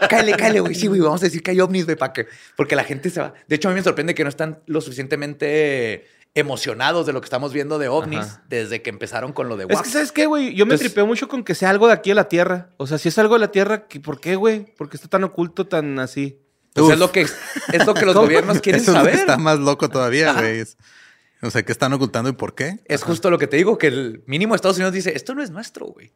cáele, cáele, güey. Sí, güey, vamos a decir que hay ovnis, güey, para que. Porque la gente se va. De hecho, a mí me sorprende que no están lo suficientemente emocionados de lo que estamos viendo de ovnis Ajá. desde que empezaron con lo de Es WAP. que, ¿sabes qué, güey? Yo me Entonces- tripeo mucho con que sea algo de aquí de la Tierra. O sea, si es algo de la Tierra, ¿qué- ¿por qué, güey? Porque está tan oculto, tan así. Pues Uf. es lo que es lo que los ¿Cómo? gobiernos quieren Eso es lo que saber. está más loco todavía, güey. Es- O sea, ¿qué están ocultando y por qué? Es justo lo que te digo, que el mínimo Estados Unidos dice, esto no es nuestro, güey.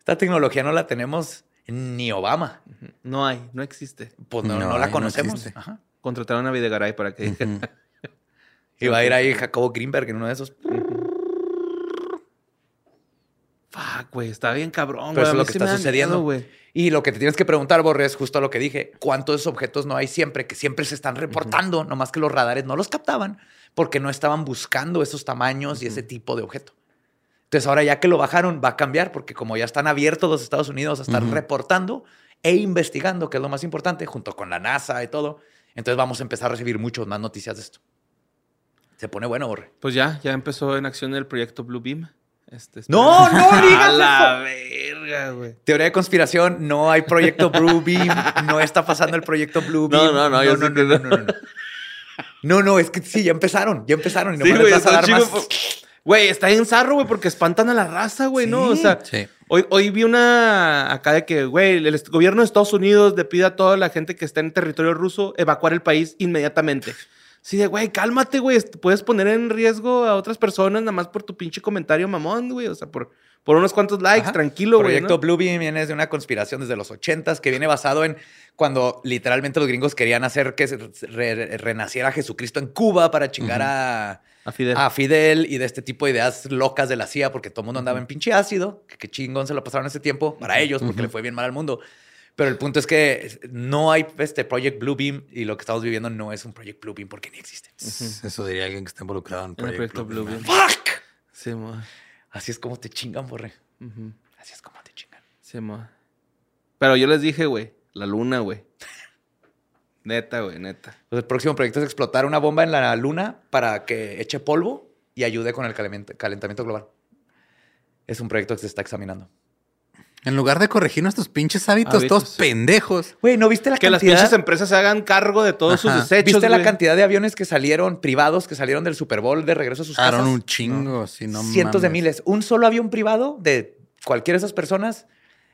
Esta tecnología no la tenemos ni Obama. No hay, no existe. Pues no, No, no ahí la no conocemos. existe. Ajá. Contrataron a Videgaray para que Ujú. Y va a ir ahí Jacobo Greenberg en uno de esos. Fuck, güey, está bien cabrón, Pero güey. eso A es lo mí que sí está me da sucediendo. miedo, güey. Y lo que te tienes que preguntar, Borre, es justo lo que dije. ¿Cuántos objetos no hay siempre? Que siempre se están reportando, nomás que los radares no los captaban porque no estaban buscando esos tamaños y ese tipo de objeto. Entonces ahora ya que lo bajaron, va a cambiar porque como ya están abiertos los Estados Unidos a estar Ujú. reportando e investigando, que es lo más importante, junto con la NASA y todo, entonces vamos a empezar a recibir muchas más noticias de esto. Se pone bueno, Borre. Pues ya, ya empezó en acción el proyecto Blue Beam. Este, ¡No, no digas ¡A la verga, güey! Teoría de conspiración, no hay proyecto Blue Beam, no está pasando el proyecto Blue Beam. No, no, no, yo no, no, sé que no, no. no, no, no. No, no, es que sí, ya empezaron, ya empezaron. Y Sí, nomás güey, les vas a está dar chido, más. po- Güey, está en zarro, güey, porque espantan a la raza, güey, ¿no? O Sí. sea, Sí. Hoy, hoy vi una acá de que, güey, el est- gobierno de Estados Unidos le pide a toda la gente que está en territorio ruso evacuar el país inmediatamente. Sí, de, güey, cálmate, güey, est- puedes poner en riesgo a otras personas nada más por tu pinche comentario mamón, güey, o sea, por, por unos cuantos likes, Ajá. tranquilo, güey. proyecto ¿no? Blue Beam viene de una conspiración desde los 80s que viene basado en cuando literalmente los gringos querían hacer que se re- re- renaciera Jesucristo en Cuba para chingar a, A Fidel. a Ah, Fidel y de este tipo de ideas locas de la CIA, porque todo el mundo andaba en pinche ácido, que, que chingón se lo pasaron ese tiempo para ellos, porque le fue bien mal al mundo. Pero el punto es que no hay este Project Blue Beam y lo que estamos viviendo no es un Project Blue Beam porque ni existe. Eso diría alguien que está involucrado en el En el proyecto. proyecto Blue Beam. ¡Fuck! Sí, mo. Así es como te chingan, borre. Ujú. Así es como te chingan. Sí, mo. Pero yo les dije, güey, la luna, güey. Neta, güey, neta. Pues el próximo proyecto es explotar una bomba en la luna para que eche polvo y ayude con el calament- calentamiento global. Es un proyecto que se está examinando. En lugar de corregir nuestros pinches hábitos, Hábitos. todos pendejos. Güey, ¿no viste la Que las cantidad? pinches empresas se hagan cargo de todos sus Ajá. desechos. Ah, ¿Viste la güey. cantidad de aviones que salieron privados, que salieron del Super Bowl de regreso a sus Usaron casas? un chingo, si no Cientos de mames. miles. Un solo avión privado de cualquiera de esas personas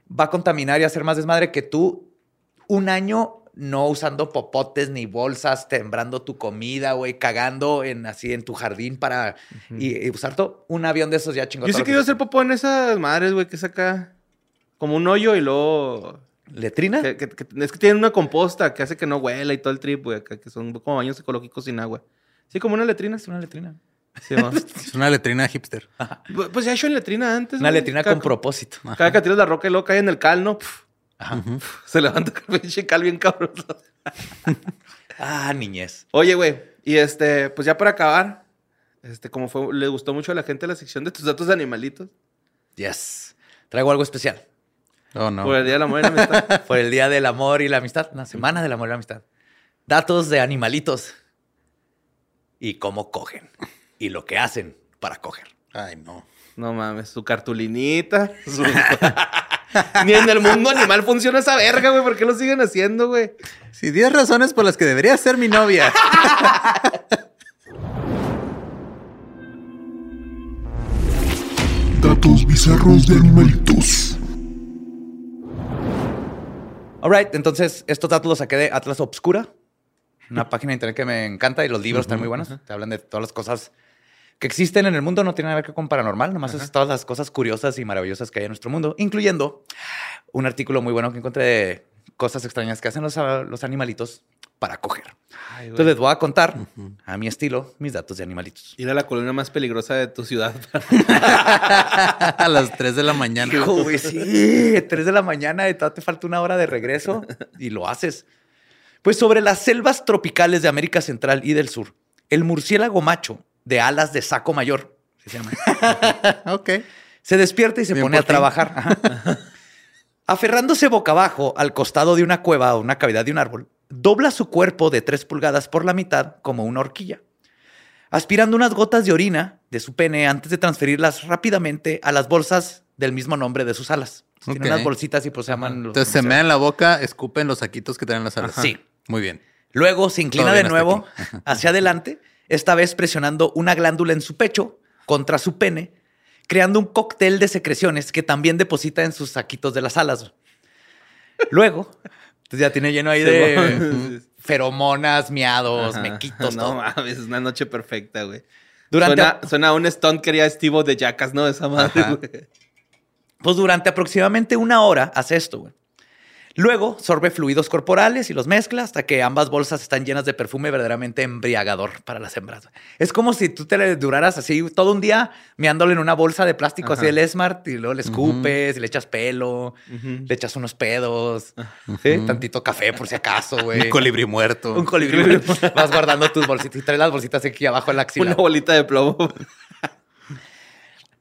va a contaminar y hacer más desmadre que tú un año no usando popotes ni bolsas, tembrando tu comida, güey, cagando en así en tu jardín para y, y usar todo. Un avión de esos ya chingó. Yo todo sé lo que yo se- hacer popó en esas madres, güey, que saca como un hoyo y luego. ¿Letrina? que- que- que- es que tienen una composta que hace que no huela y todo el trip, güey, acá, que, son como baños ecológicos sin agua. Sí, como una letrina. Es una letrina. Sí, va. Es una letrina hipster. Pu- pues ya he hecho en letrina antes. Una güey. letrina Cada- con propósito. Cada que tiras la roca y luego cae en el cal, ¿no? Pf, Ujú. se levanta con el pinche cal bien cabrón. Ah, niñez. Oye, güey, y este, pues ya para acabar, este, como fue, le gustó mucho a la gente la sección de tus datos de animalitos Yes. Traigo algo especial. Oh, no. por el Día de la Muerte y la Amistad. por el Día del Amor y la Amistad, una semana del Amor y la Amistad. Datos de animalitos y cómo cogen y lo que hacen para coger. Ay, no. No mames, su cartulinita. su- Ni en el mundo animal funciona esa verga, güey. ¿Por qué lo siguen haciendo, güey? Sí, 10 razones por las que debería ser mi novia. Datos bizarros de animalitos. All right, entonces estos datos los saqué de Atlas Obscura, una página de internet que me encanta y los libros están muy buenos. Te hablan de todas las cosas que existen en el mundo, no tienen nada que ver con paranormal, nomás es todas las cosas curiosas y maravillosas que hay en nuestro mundo, incluyendo un artículo muy bueno que encontré de cosas extrañas que hacen los, los animalitos para coger. Entonces les voy a contar a mi estilo mis datos de animalitos. Ir a la colonia más peligrosa de tu ciudad. A las 3 de la mañana. Hijo, güey, sí, 3 de la mañana y todavía te falta una hora de regreso y lo haces. Pues sobre las selvas tropicales de América Central y del Sur, el murciélago macho de alas de saco mayor se llama, ok. se despierta y se Bien pone por a ti. trabajar. Ajá. Aferrándose boca abajo al costado de una cueva o una cavidad de un árbol, dobla su cuerpo de tres pulgadas por la mitad como una horquilla, aspirando unas gotas de orina de su pene antes de transferirlas rápidamente a las bolsas del mismo nombre de sus alas. Tiene Ok. unas bolsitas y pues se llaman... los- Entonces se mea en la boca, escupen los saquitos que traen las alas. Ajá. Sí. Muy bien. Luego se inclina Todo de bien hasta nuevo hacia adelante, esta vez presionando una glándula en su pecho contra su pene, creando un cóctel de secreciones que también deposita en sus saquitos de las alas. Luego, entonces ya tiene lleno ahí de feromonas, miados, Ajá. mequitos, No todo. mames, es una noche perfecta, güey. Durante, Suena, suena a un stunt que haría Steve de Jackass, ¿no? Esa madre, Ajá. güey. Pues durante aproximadamente una hora hace esto, güey. Luego sorbe fluidos corporales y los mezcla hasta que ambas bolsas están llenas de perfume verdaderamente embriagador para las hembras. güey. Es como si tú te le duraras así todo un día meándole en una bolsa de plástico así Ajá. del Smart y luego le escupes y le echas pelo, Ujú. le echas unos pedos, ¿sí? ¿eh? tantito café por si acaso, güey. Un colibrí muerto. Un colibrí. Vas guardando tus bolsitas y traes las bolsitas aquí abajo en la axila. Una bolita de plomo.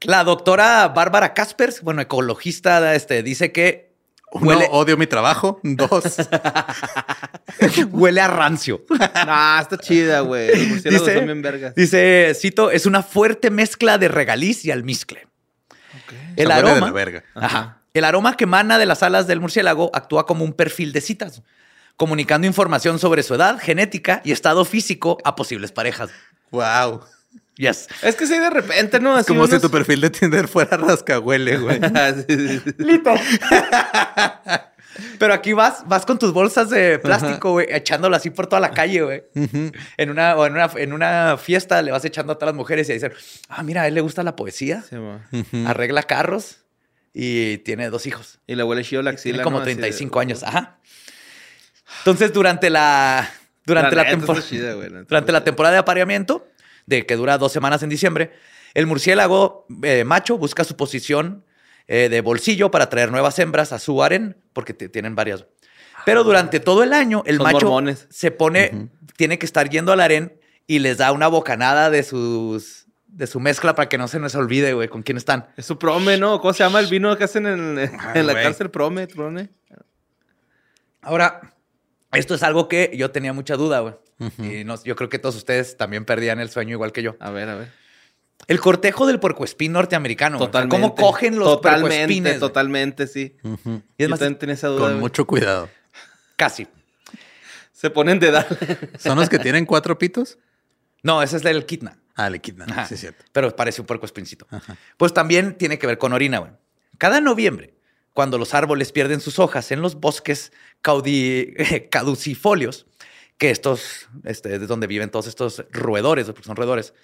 La doctora Bárbara Caspers, bueno, ecologista, este, dice que Uno, huele, odio mi trabajo. Dos, huele a rancio. nah, está chida, güey. Los murciélagos Dice- son bien vergas. Dice, cito, es una fuerte mezcla de regaliz y almizcle. El huele de aroma. la verga. Ajá. El aroma que emana de las alas del murciélago actúa como un perfil de citas, comunicando información sobre su edad, genética y estado físico a posibles parejas. wow. Yes. Es que sí, de repente, ¿no? Así Como si unos- tu perfil de Tinder fuera rascahuele, güey. Sí, sí, sí. Pero aquí vas, vas con tus bolsas de plástico, güey, echándolo así por toda la calle, güey. En una, o en una, en una fiesta le vas echando a todas las mujeres y dicen, ah, mira, a él le gusta la poesía, Sí, ma. arregla carros y tiene dos hijos. Y le huele chido la axila. Tiene como ¿no? Así de- 35 años. Ajá. Entonces, durante la. Durante la, neta está temporada. chida, güey, la neta durante está la chida. temporada de apareamiento, de que dura dos semanas en diciembre, el murciélago eh, macho busca su posición eh, de bolsillo para traer nuevas hembras a su harén, porque t- tienen varias. Pero durante todo el año, el Ah, Son macho mormones. se pone, tiene que estar yendo al harén y les da una bocanada de sus. De su mezcla para que no se nos olvide, güey, con quién están. Es su prome, ¿no? ¿Cómo se llama el vino que hacen en, en la güey. cárcel? Prome, prone. Ahora, esto es algo que yo tenía mucha duda, güey. Y no- yo creo que todos ustedes también perdían el sueño igual que yo. A ver, a ver. El cortejo del puercoespín norteamericano. güey. O sea, ¿Cómo Totalmente. cogen los puercoespines? Totalmente, güey? totalmente, sí. Ujú. Y es Yo más, también tenía esa duda. Con güey. mucho cuidado. casi. Se ponen de edad. ¿Son los que tienen cuatro pitos? No, ese es del kitna. Ah, le quitan. Ajá. Sí, es cierto. Pero parece un puercoespincito. Ajá. Pues también tiene que ver con orina, güey. Cada noviembre, cuando los árboles pierden sus hojas en los bosques caudi- caducifolios, que estos, este, es donde viven todos estos roedores, porque son roedores,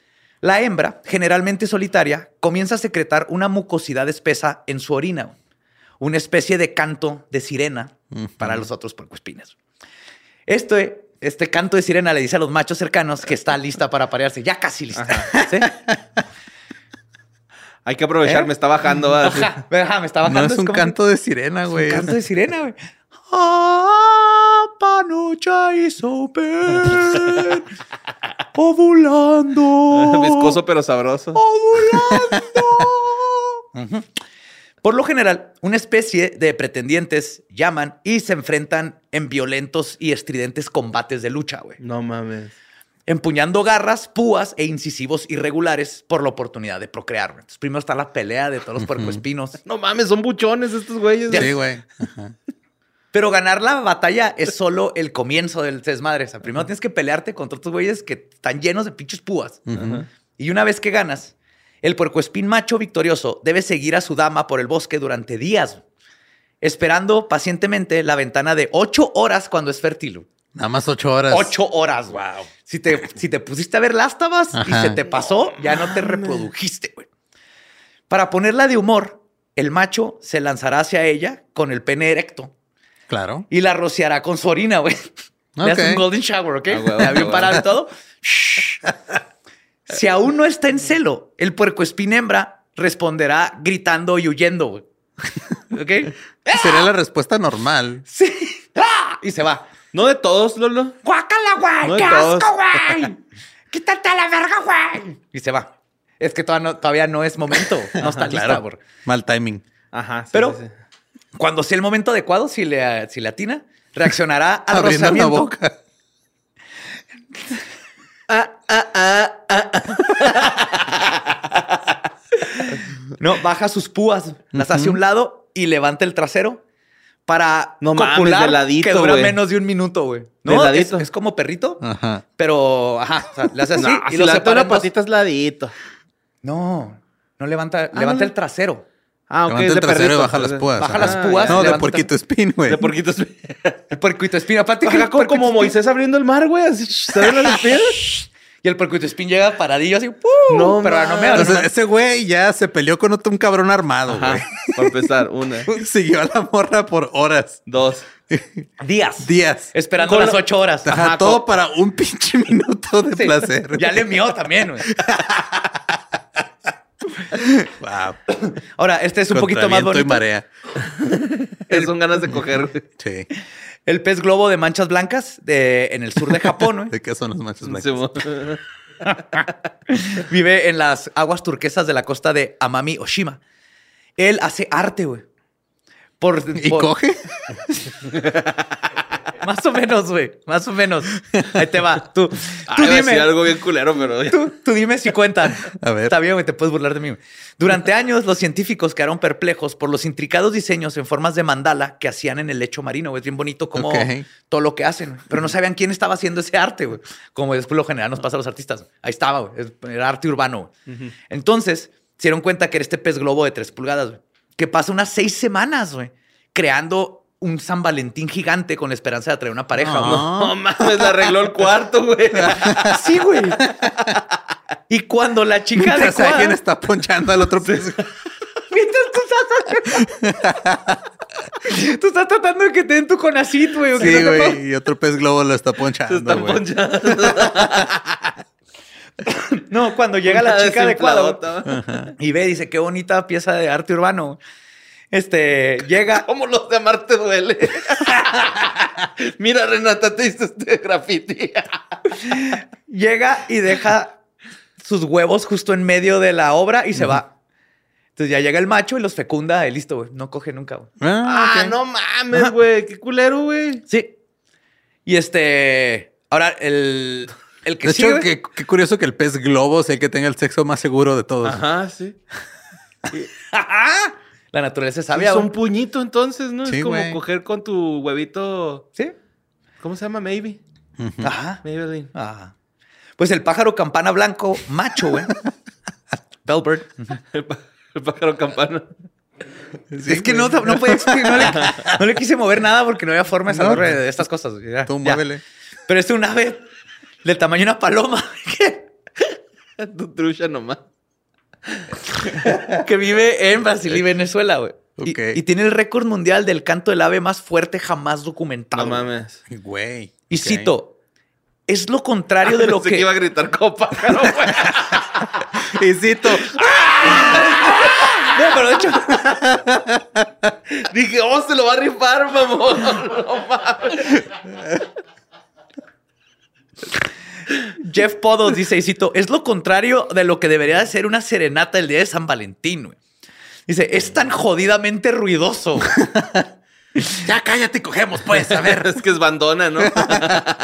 la hembra, generalmente solitaria, comienza a secretar una mucosidad espesa en su orina, güey. una especie de canto de sirena para los otros puercoespines. Este, este canto de sirena le dice a los machos cercanos que está lista para parearse, ya casi lista. ¿sí? Hay que aprovechar, ¿Eh? me está bajando. va, sí. Ajá, ajá, me está No bajando. es un como- canto de sirena, güey. un canto de sirena, güey. Ah, panucha y soper, ovulando. Viscoso pero sabroso. Ujú. Por lo general, una especie de pretendientes llaman y se enfrentan en violentos y estridentes combates de lucha, güey. No mames. Empuñando garras, púas e incisivos irregulares por la oportunidad de procrear. güey. Entonces, primero está la pelea de todos los puercoespinos. No mames, son buchones estos güeyes. Sí, güey. Ajá. Pero ganar la batalla es solo el comienzo del desmadre. O sea, primero tienes que pelearte contra otros güeyes que están llenos de pinches púas. Ujú. Y una vez que ganas, el puercoespín macho victorioso debe seguir a su dama por el bosque durante días, esperando pacientemente la ventana de ocho horas cuando es fértil. Nada más ocho horas. Ocho horas, wow. Si te, si te pusiste a ver lástabas y Ajá. se te pasó, ya no te reprodujiste, güey. Para ponerla de humor, el macho se lanzará hacia ella con el pene erecto Claro. y la rociará con su orina, güey. Le hace Ok. un golden shower, ¿ok? Ah, huevo, Ya bien huevo. parado y todo. Shh. si aún no está en celo, el puercoespín hembra responderá gritando y huyendo, güey. ¿Ok? Sería la respuesta normal. Sí. ¡Ah! Y se va. No de todos, Lolo. ¡Guácala, güey! No de ¡Qué todos. asco, güey! ¡Quítate a la verga, güey! Y se va. Es que todavía no, todavía no es momento. No está lista, Claro. güey. Mal timing. Ajá. sí, Pero sí, sí. Cuando sea el momento adecuado, si le, si le atina, reaccionará al Abriendo la rozamiento. boca. Ah, ah. No, baja sus púas, las hace a un lado y levanta el trasero para No mames, de ladito, que dura güey. menos de un minuto, güey. De No, es, ladito. Ah. es como perrito, Ajá. pero ajá, o sea, le hace así No, y si lo la separa una en dos. patita es ladito. No, Ah, no levanta, Ándale. levanta el trasero. Ah, Levanta el trasero y baja las púas. Baja Ajá. las púas. No, de levanta- porquito spin, güey. De porquito es... El percuito espín, aparte que Acá el como, puercoespín- como Moisés abriendo el mar, güey. Así, ¿se abren las piedras? Y el percuito espín llega paradillo así, ¡pum! No pero no me Entonces, ese güey ya se peleó con otro, un cabrón armado, Ajá. Para empezar, una, güey. Siguió a la morra por horas, dos. Días. días. Esperando Con las la- ocho horas. Ajá, Ajá, todo co- para un pinche minuto de sí. placer. güey. Ya le mió también, güey. Wow. Ahora, este es un Contra poquito más viento y bonito. marea. Son ganas de coger, güey. Sí. El pez globo de manchas blancas de- en el sur de Japón, güey, ¿De qué son los manchas blancas? Simón. vive en las aguas turquesas de la costa de Amami Oshima. Él hace arte, güey. Por, ¿Y por- coge? Más o menos, güey. Más o menos. Ahí te va. Tú, tú Ah, iba a dime. decir algo bien culero, pero... Tú, tú dime si cuentan. A ver. Está bien, güey, te puedes burlar de mí. güey. Durante años, los científicos quedaron perplejos por los intricados diseños en formas de mandala que hacían en el lecho marino. güey. Es bien bonito como Ok. todo lo que hacen, güey. pero no sabían quién estaba haciendo ese arte, güey. Como después lo general nos pasa a los artistas. Ahí estaba, güey. Es- Era arte urbano. güey. Entonces, se dieron cuenta que era este pez globo de tres pulgadas, güey, que pasa unas seis semanas, güey, creando un San Valentín gigante con la esperanza de atraer una pareja. Ah. güey. No mames, le arregló el cuarto, güey. Sí, güey. Y cuando la chica Mientras adecuada- alguien está ponchando al otro pez. Mientras tú estás... tú estás tratando de que te den tu conacit, güey. o que no Sí, te pague. güey. Y otro pez globo lo está Se ponchando, están güey. ponchando. No, cuando llega la Una chica adecuada desinfladota, güey. güey, y ve, dice, qué bonita pieza de arte urbano. Este, llega... ¿Cómo los de amar te duele? Mira, Renata, te hice este graffiti. llega y deja sus huevos justo en medio de la obra y se va. Entonces ya llega el macho y los fecunda y listo, güey. No coge nunca, güey. Ah, Ah, ok. no mames, güey. Qué culero, güey. Sí. Y este... Ahora, el... El que De sigue... hecho, qué, qué curioso que el pez globo sea el que tenga el sexo más seguro de todos. Ajá, sí. La naturaleza es sabia, Había un güey. puñito entonces, ¿no? Sí, es como güey. coger con tu huevito. Sí. ¿Cómo se llama? Maybe. Ujú. Ajá. Maybelline. Ah. Pues el pájaro campana blanco macho, güey. Bellbird. El, pá- el pájaro campana. es que no, no podía explicar, no le, no le quise mover nada porque no había forma de No, saber pues, de estas cosas. güey. Ya, Tú ya. muévele. Pero es un ave del tamaño de una paloma que, tu trucha nomás. que vive en Brasil y Venezuela, güey. Y- Ok. Y, tiene el récord mundial del canto del ave más fuerte jamás documentado. No güey. mames. Güey. Y ok. cito, es lo contrario de lo Ah, Pensé que iba a gritar como pájaro, güey. Y cito. No, pero de hecho, Dije, oh, se lo va a rifar, mamón. No mames. Jeff Podos dice, y cito, es lo contrario de lo que debería de ser una serenata el día de San Valentín, güey. Dice, es tan jodidamente ruidoso. Ya cállate y cogemos, pues. A ver. Es que es bandona, ¿no?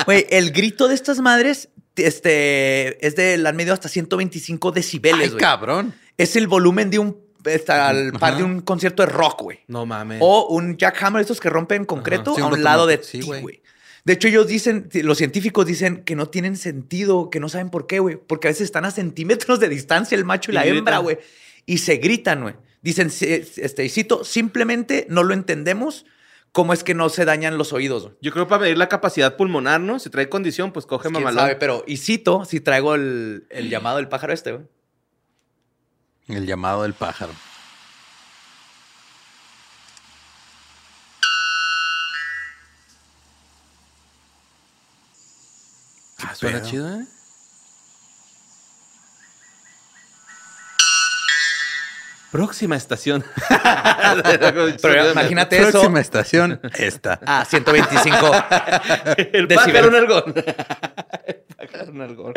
Güey, el grito de estas madres este, es de, la han medido hasta 125 Ay, decibeles, güey. cabrón. Es el volumen de un, está al par Ajá. de un concierto de rock, güey. No mames. O un jackhammer, estos que rompen concreto Ajá. Sí, a un un lado de automático. Sí, ti, güey. güey. De hecho, ellos dicen, los científicos dicen que no tienen sentido, que no saben por qué, güey. Porque a veces están a centímetros de distancia el macho y, Y la gritan. hembra, güey. Y se gritan, güey. Dicen, sí, este, y cito, simplemente no lo entendemos cómo es que no se dañan los oídos, güey. Yo creo para medir la capacidad pulmonar, ¿no? Si trae condición, pues coge Pues, quién mamalón. sabe, pero y cito si traigo el, el llamado del pájaro este, güey. El llamado del pájaro. Ah, suena chido, ¿eh? Próxima estación. Pero imagínate eso Próxima estación, esta. a 125. el decibel. pájaro nalgón. el pájaro nalgón.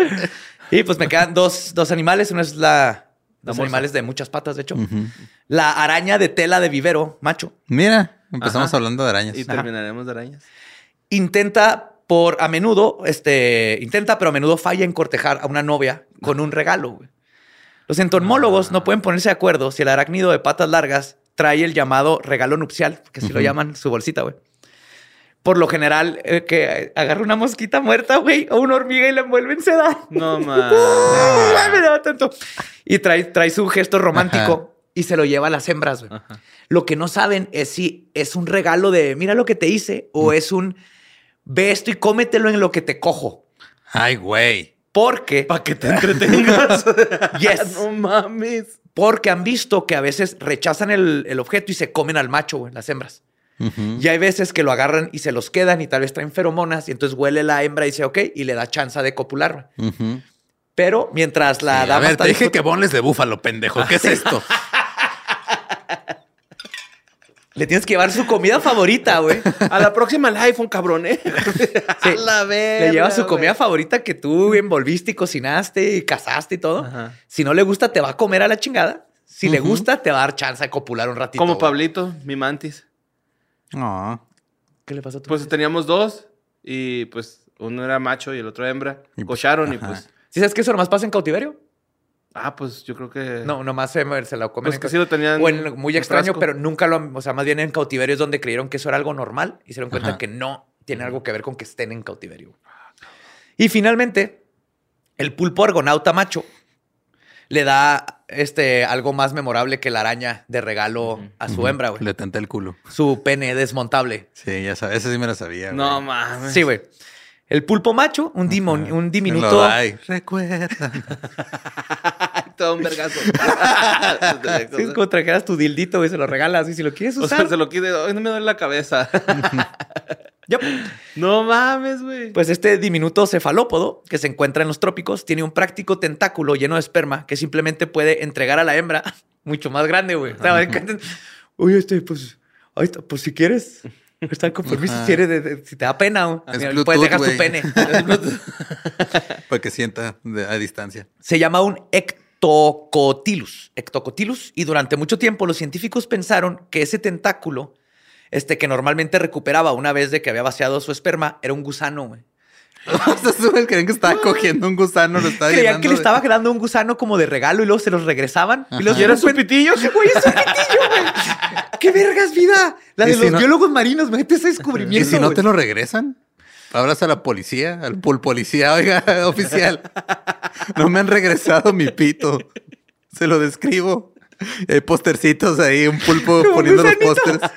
y pues me quedan dos, dos animales. Uno es la Dos animales de muchas patas, de hecho. La araña de tela de vivero, macho, Mira, empezamos Ajá. hablando de arañas. Y terminaremos de arañas. intenta por a menudo, este, intenta, pero a menudo falla en cortejar a una novia con un regalo. güey. Los entomólogos no pueden ponerse de acuerdo si el arácnido de patas largas trae el llamado regalo nupcial, que así lo llaman, su bolsita, güey. Por lo general, eh, que agarra una mosquita muerta, güey, o una hormiga y la envuelve en seda. No ¡Ah, mames. me daba tanto! Y trae, trae su gesto romántico Ajá. y se lo lleva a las hembras. güey. Lo que no saben es si es un regalo de mira lo que te hice Mm. o es un ve esto y cómetelo en lo que te cojo. Ay, güey. Porque, Para que te entretengas. yes, no mames. porque han visto que a veces rechazan el, el objeto y se comen al macho, güey, las hembras. Ujú. Y hay veces que lo agarran y se los quedan y tal vez traen feromonas y entonces huele la hembra y dice, ok, y le da chance de copular. güey. Ujú. Pero mientras la Sí, Eh, a dama ver, está te dije disfrut- que bonles de búfalo, pendejo. ¿Qué es esto? le tienes que llevar su comida favorita, güey. A la próxima el iPhone, cabrón, eh. Sí. verga. Le lleva su güey. comida favorita que tú envolviste y cocinaste y cazaste y todo. Ajá. Si no le gusta, te va a comer a la chingada. Si le Ujú. gusta, te va a dar chance de copular un ratito. Como güey. Pablito, mi mantis. No. ¿Qué le pasó a tu Pues teníamos dos y pues uno era macho y el otro hembra. Y, pues, Cocharon y ajá. pues. ¿Sí sabes que eso nomás pasa en cautiverio? Ah, pues yo creo que. No, nomás se, se la comen. Pues en que cau- sí lo tenían. o en- muy en extraño, frasco. pero nunca lo... han- O sea, más bien en cautiverio es donde creyeron que eso era algo normal y se dieron cuenta Ajá. que no tiene algo que ver con que estén en cautiverio. Y finalmente, el pulpo argonauta macho le da este, algo más memorable que la araña de regalo a su hembra, güey. Le tenté el culo. Su pene desmontable. Sí, ya sabes. Ese sí me lo sabía. No güey. mames. Sí, güey. El pulpo macho, un, dimon- Ajá. un Lo diminuto... da y, Recuerda. Todo un vergazo. Ah, Sí, es como trajeras tu dildito y se lo regalas y si lo quieres o usar. sea, se lo quite. Ay, no me duele la cabeza. Yup. no mames, güey. Pues este diminuto cefalópodo que se encuentra en los trópicos tiene un práctico tentáculo lleno de esperma que simplemente puede entregar a la hembra mucho más grande, güey. O sea, Oye, este, pues, ahí está, pues si quieres. Está con permiso, si, Ajá. quieres, de- de- si te da pena, güey. Es Mira, Bluetooth, puedes dejar güey. tu pene. Para que sienta de- a distancia. Se llama un ectocotilus. Ectocotilus. Y durante mucho tiempo los científicos pensaron que ese tentáculo, este que normalmente recuperaba una vez de que había vaciado su esperma, era un gusano. güey. O sea, estos güeyes Creían Este que estaba cogiendo un gusano. Lo estaba Creían llenando que le de- estaba quedando un gusano como de regalo y luego se los regresaban. Y los ¿Y era su pitillo? Güey, es un pitillo, güey. ¡Qué vergas vida! La ¿Y de si los no- biólogos marinos, imagínate ese ¿Y descubrimiento. si no güey. te lo regresan? Hablas a la policía, al pol policía, oiga, oficial. No me han regresado mi pito. Se lo describo. Hay postercitos ahí, un pulpo Como un poniendo los gusanito. pósters.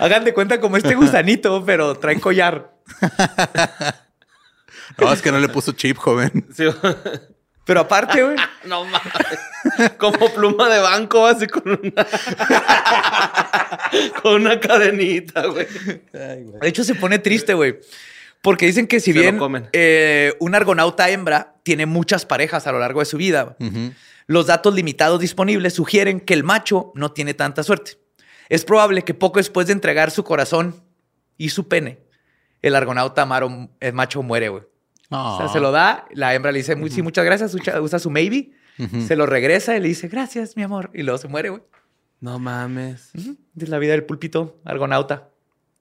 Hagan de cuenta como este gusanito, pero traen collar. No, es que no le puso chip, joven. Sí. Pero aparte, güey, no mames. Como pluma de banco, así con una. con una cadenita, güey. De hecho, se pone triste, güey. Porque dicen que si Se lo bien comen. eh, un argonauta hembra tiene muchas parejas a lo largo de su vida, Ujú. los datos limitados disponibles sugieren que el macho no tiene tanta suerte. Es probable que poco después de entregar su corazón y su pene, el argonauta amaro, el macho muere, güey. O sea, se lo da, la hembra le dice, "Mu- sí, muchas gracias, ucha- usa su maybe, Ujú. se lo regresa y le dice, gracias, mi amor, y luego se muere, güey. No mames. Ujú. Es la vida del pulpito argonauta.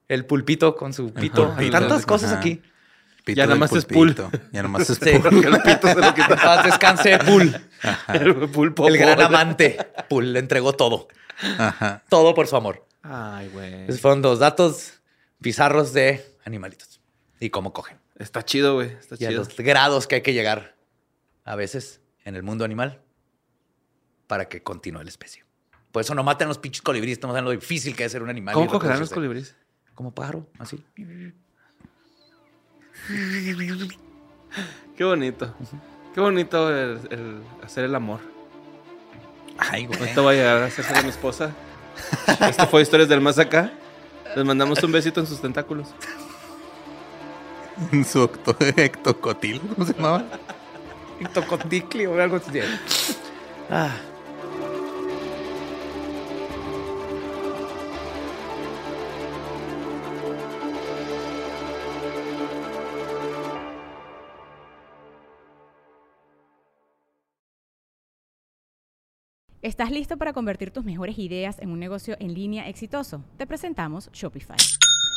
El pulpito con su pito. Hay pulpito, tantas ajá. cosas aquí. Este, Pito Ya del nomás es pulpito. Ya nomás es Sí. pul. En paz descanse, Pul. El pulpo. El gran amante. Pul le entregó todo. Ajá. Todo por su amor. Ay, güey. Esos fueron dos datos bizarros de animalitos. Y cómo cogen. Está chido, güey. Está Y a chido. los grados que hay que llegar a veces en el mundo animal para que continúe la especie. Por eso no maten a los pinches colibríes. No saben lo difícil que es ser un animal. ¿Cómo y cogerán los reproducirse. colibríes? Como pájaro, así. Qué bonito. Qué bonito el, el hacer el amor. Ay, güey. Ahorita voy a llegar a hacerse a mi esposa. Esto fue Historias del Más Acá. Les mandamos un besito en sus tentáculos. En su octo- ectocotil, ¿cómo se llamaba? Tocoticli o algo así. Ah. ¿Estás listo para convertir tus mejores ideas en un negocio en línea exitoso? Te presentamos Shopify.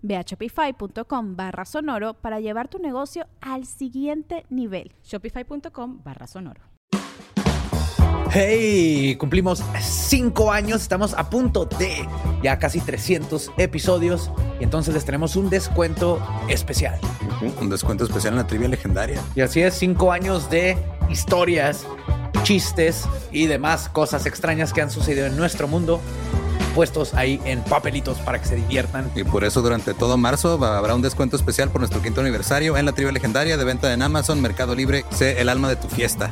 Ve a shopify.com barra sonoro para llevar tu negocio al siguiente nivel. Shopify.com barra sonoro. Hey, cumplimos cinco años, estamos a punto de ya casi 300 episodios y entonces les tenemos un descuento especial. Un descuento especial en la trivia legendaria. Y así es, cinco años de historias, chistes y demás cosas extrañas que han sucedido en nuestro mundo, puestos ahí en papelitos para que se diviertan. Y por eso durante todo marzo va- habrá un descuento especial por nuestro quinto aniversario en la trivia legendaria de venta en Amazon, Mercado Libre. Sé el alma de tu fiesta.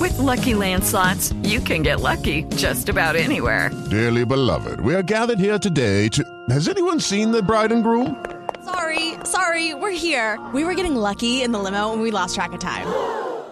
With Lucky Land slots, you can get lucky just about anywhere. Dearly beloved, we are gathered here today to. Has anyone seen the bride and groom? Sorry, sorry, we're here. We were getting lucky in the limo and we lost track of time.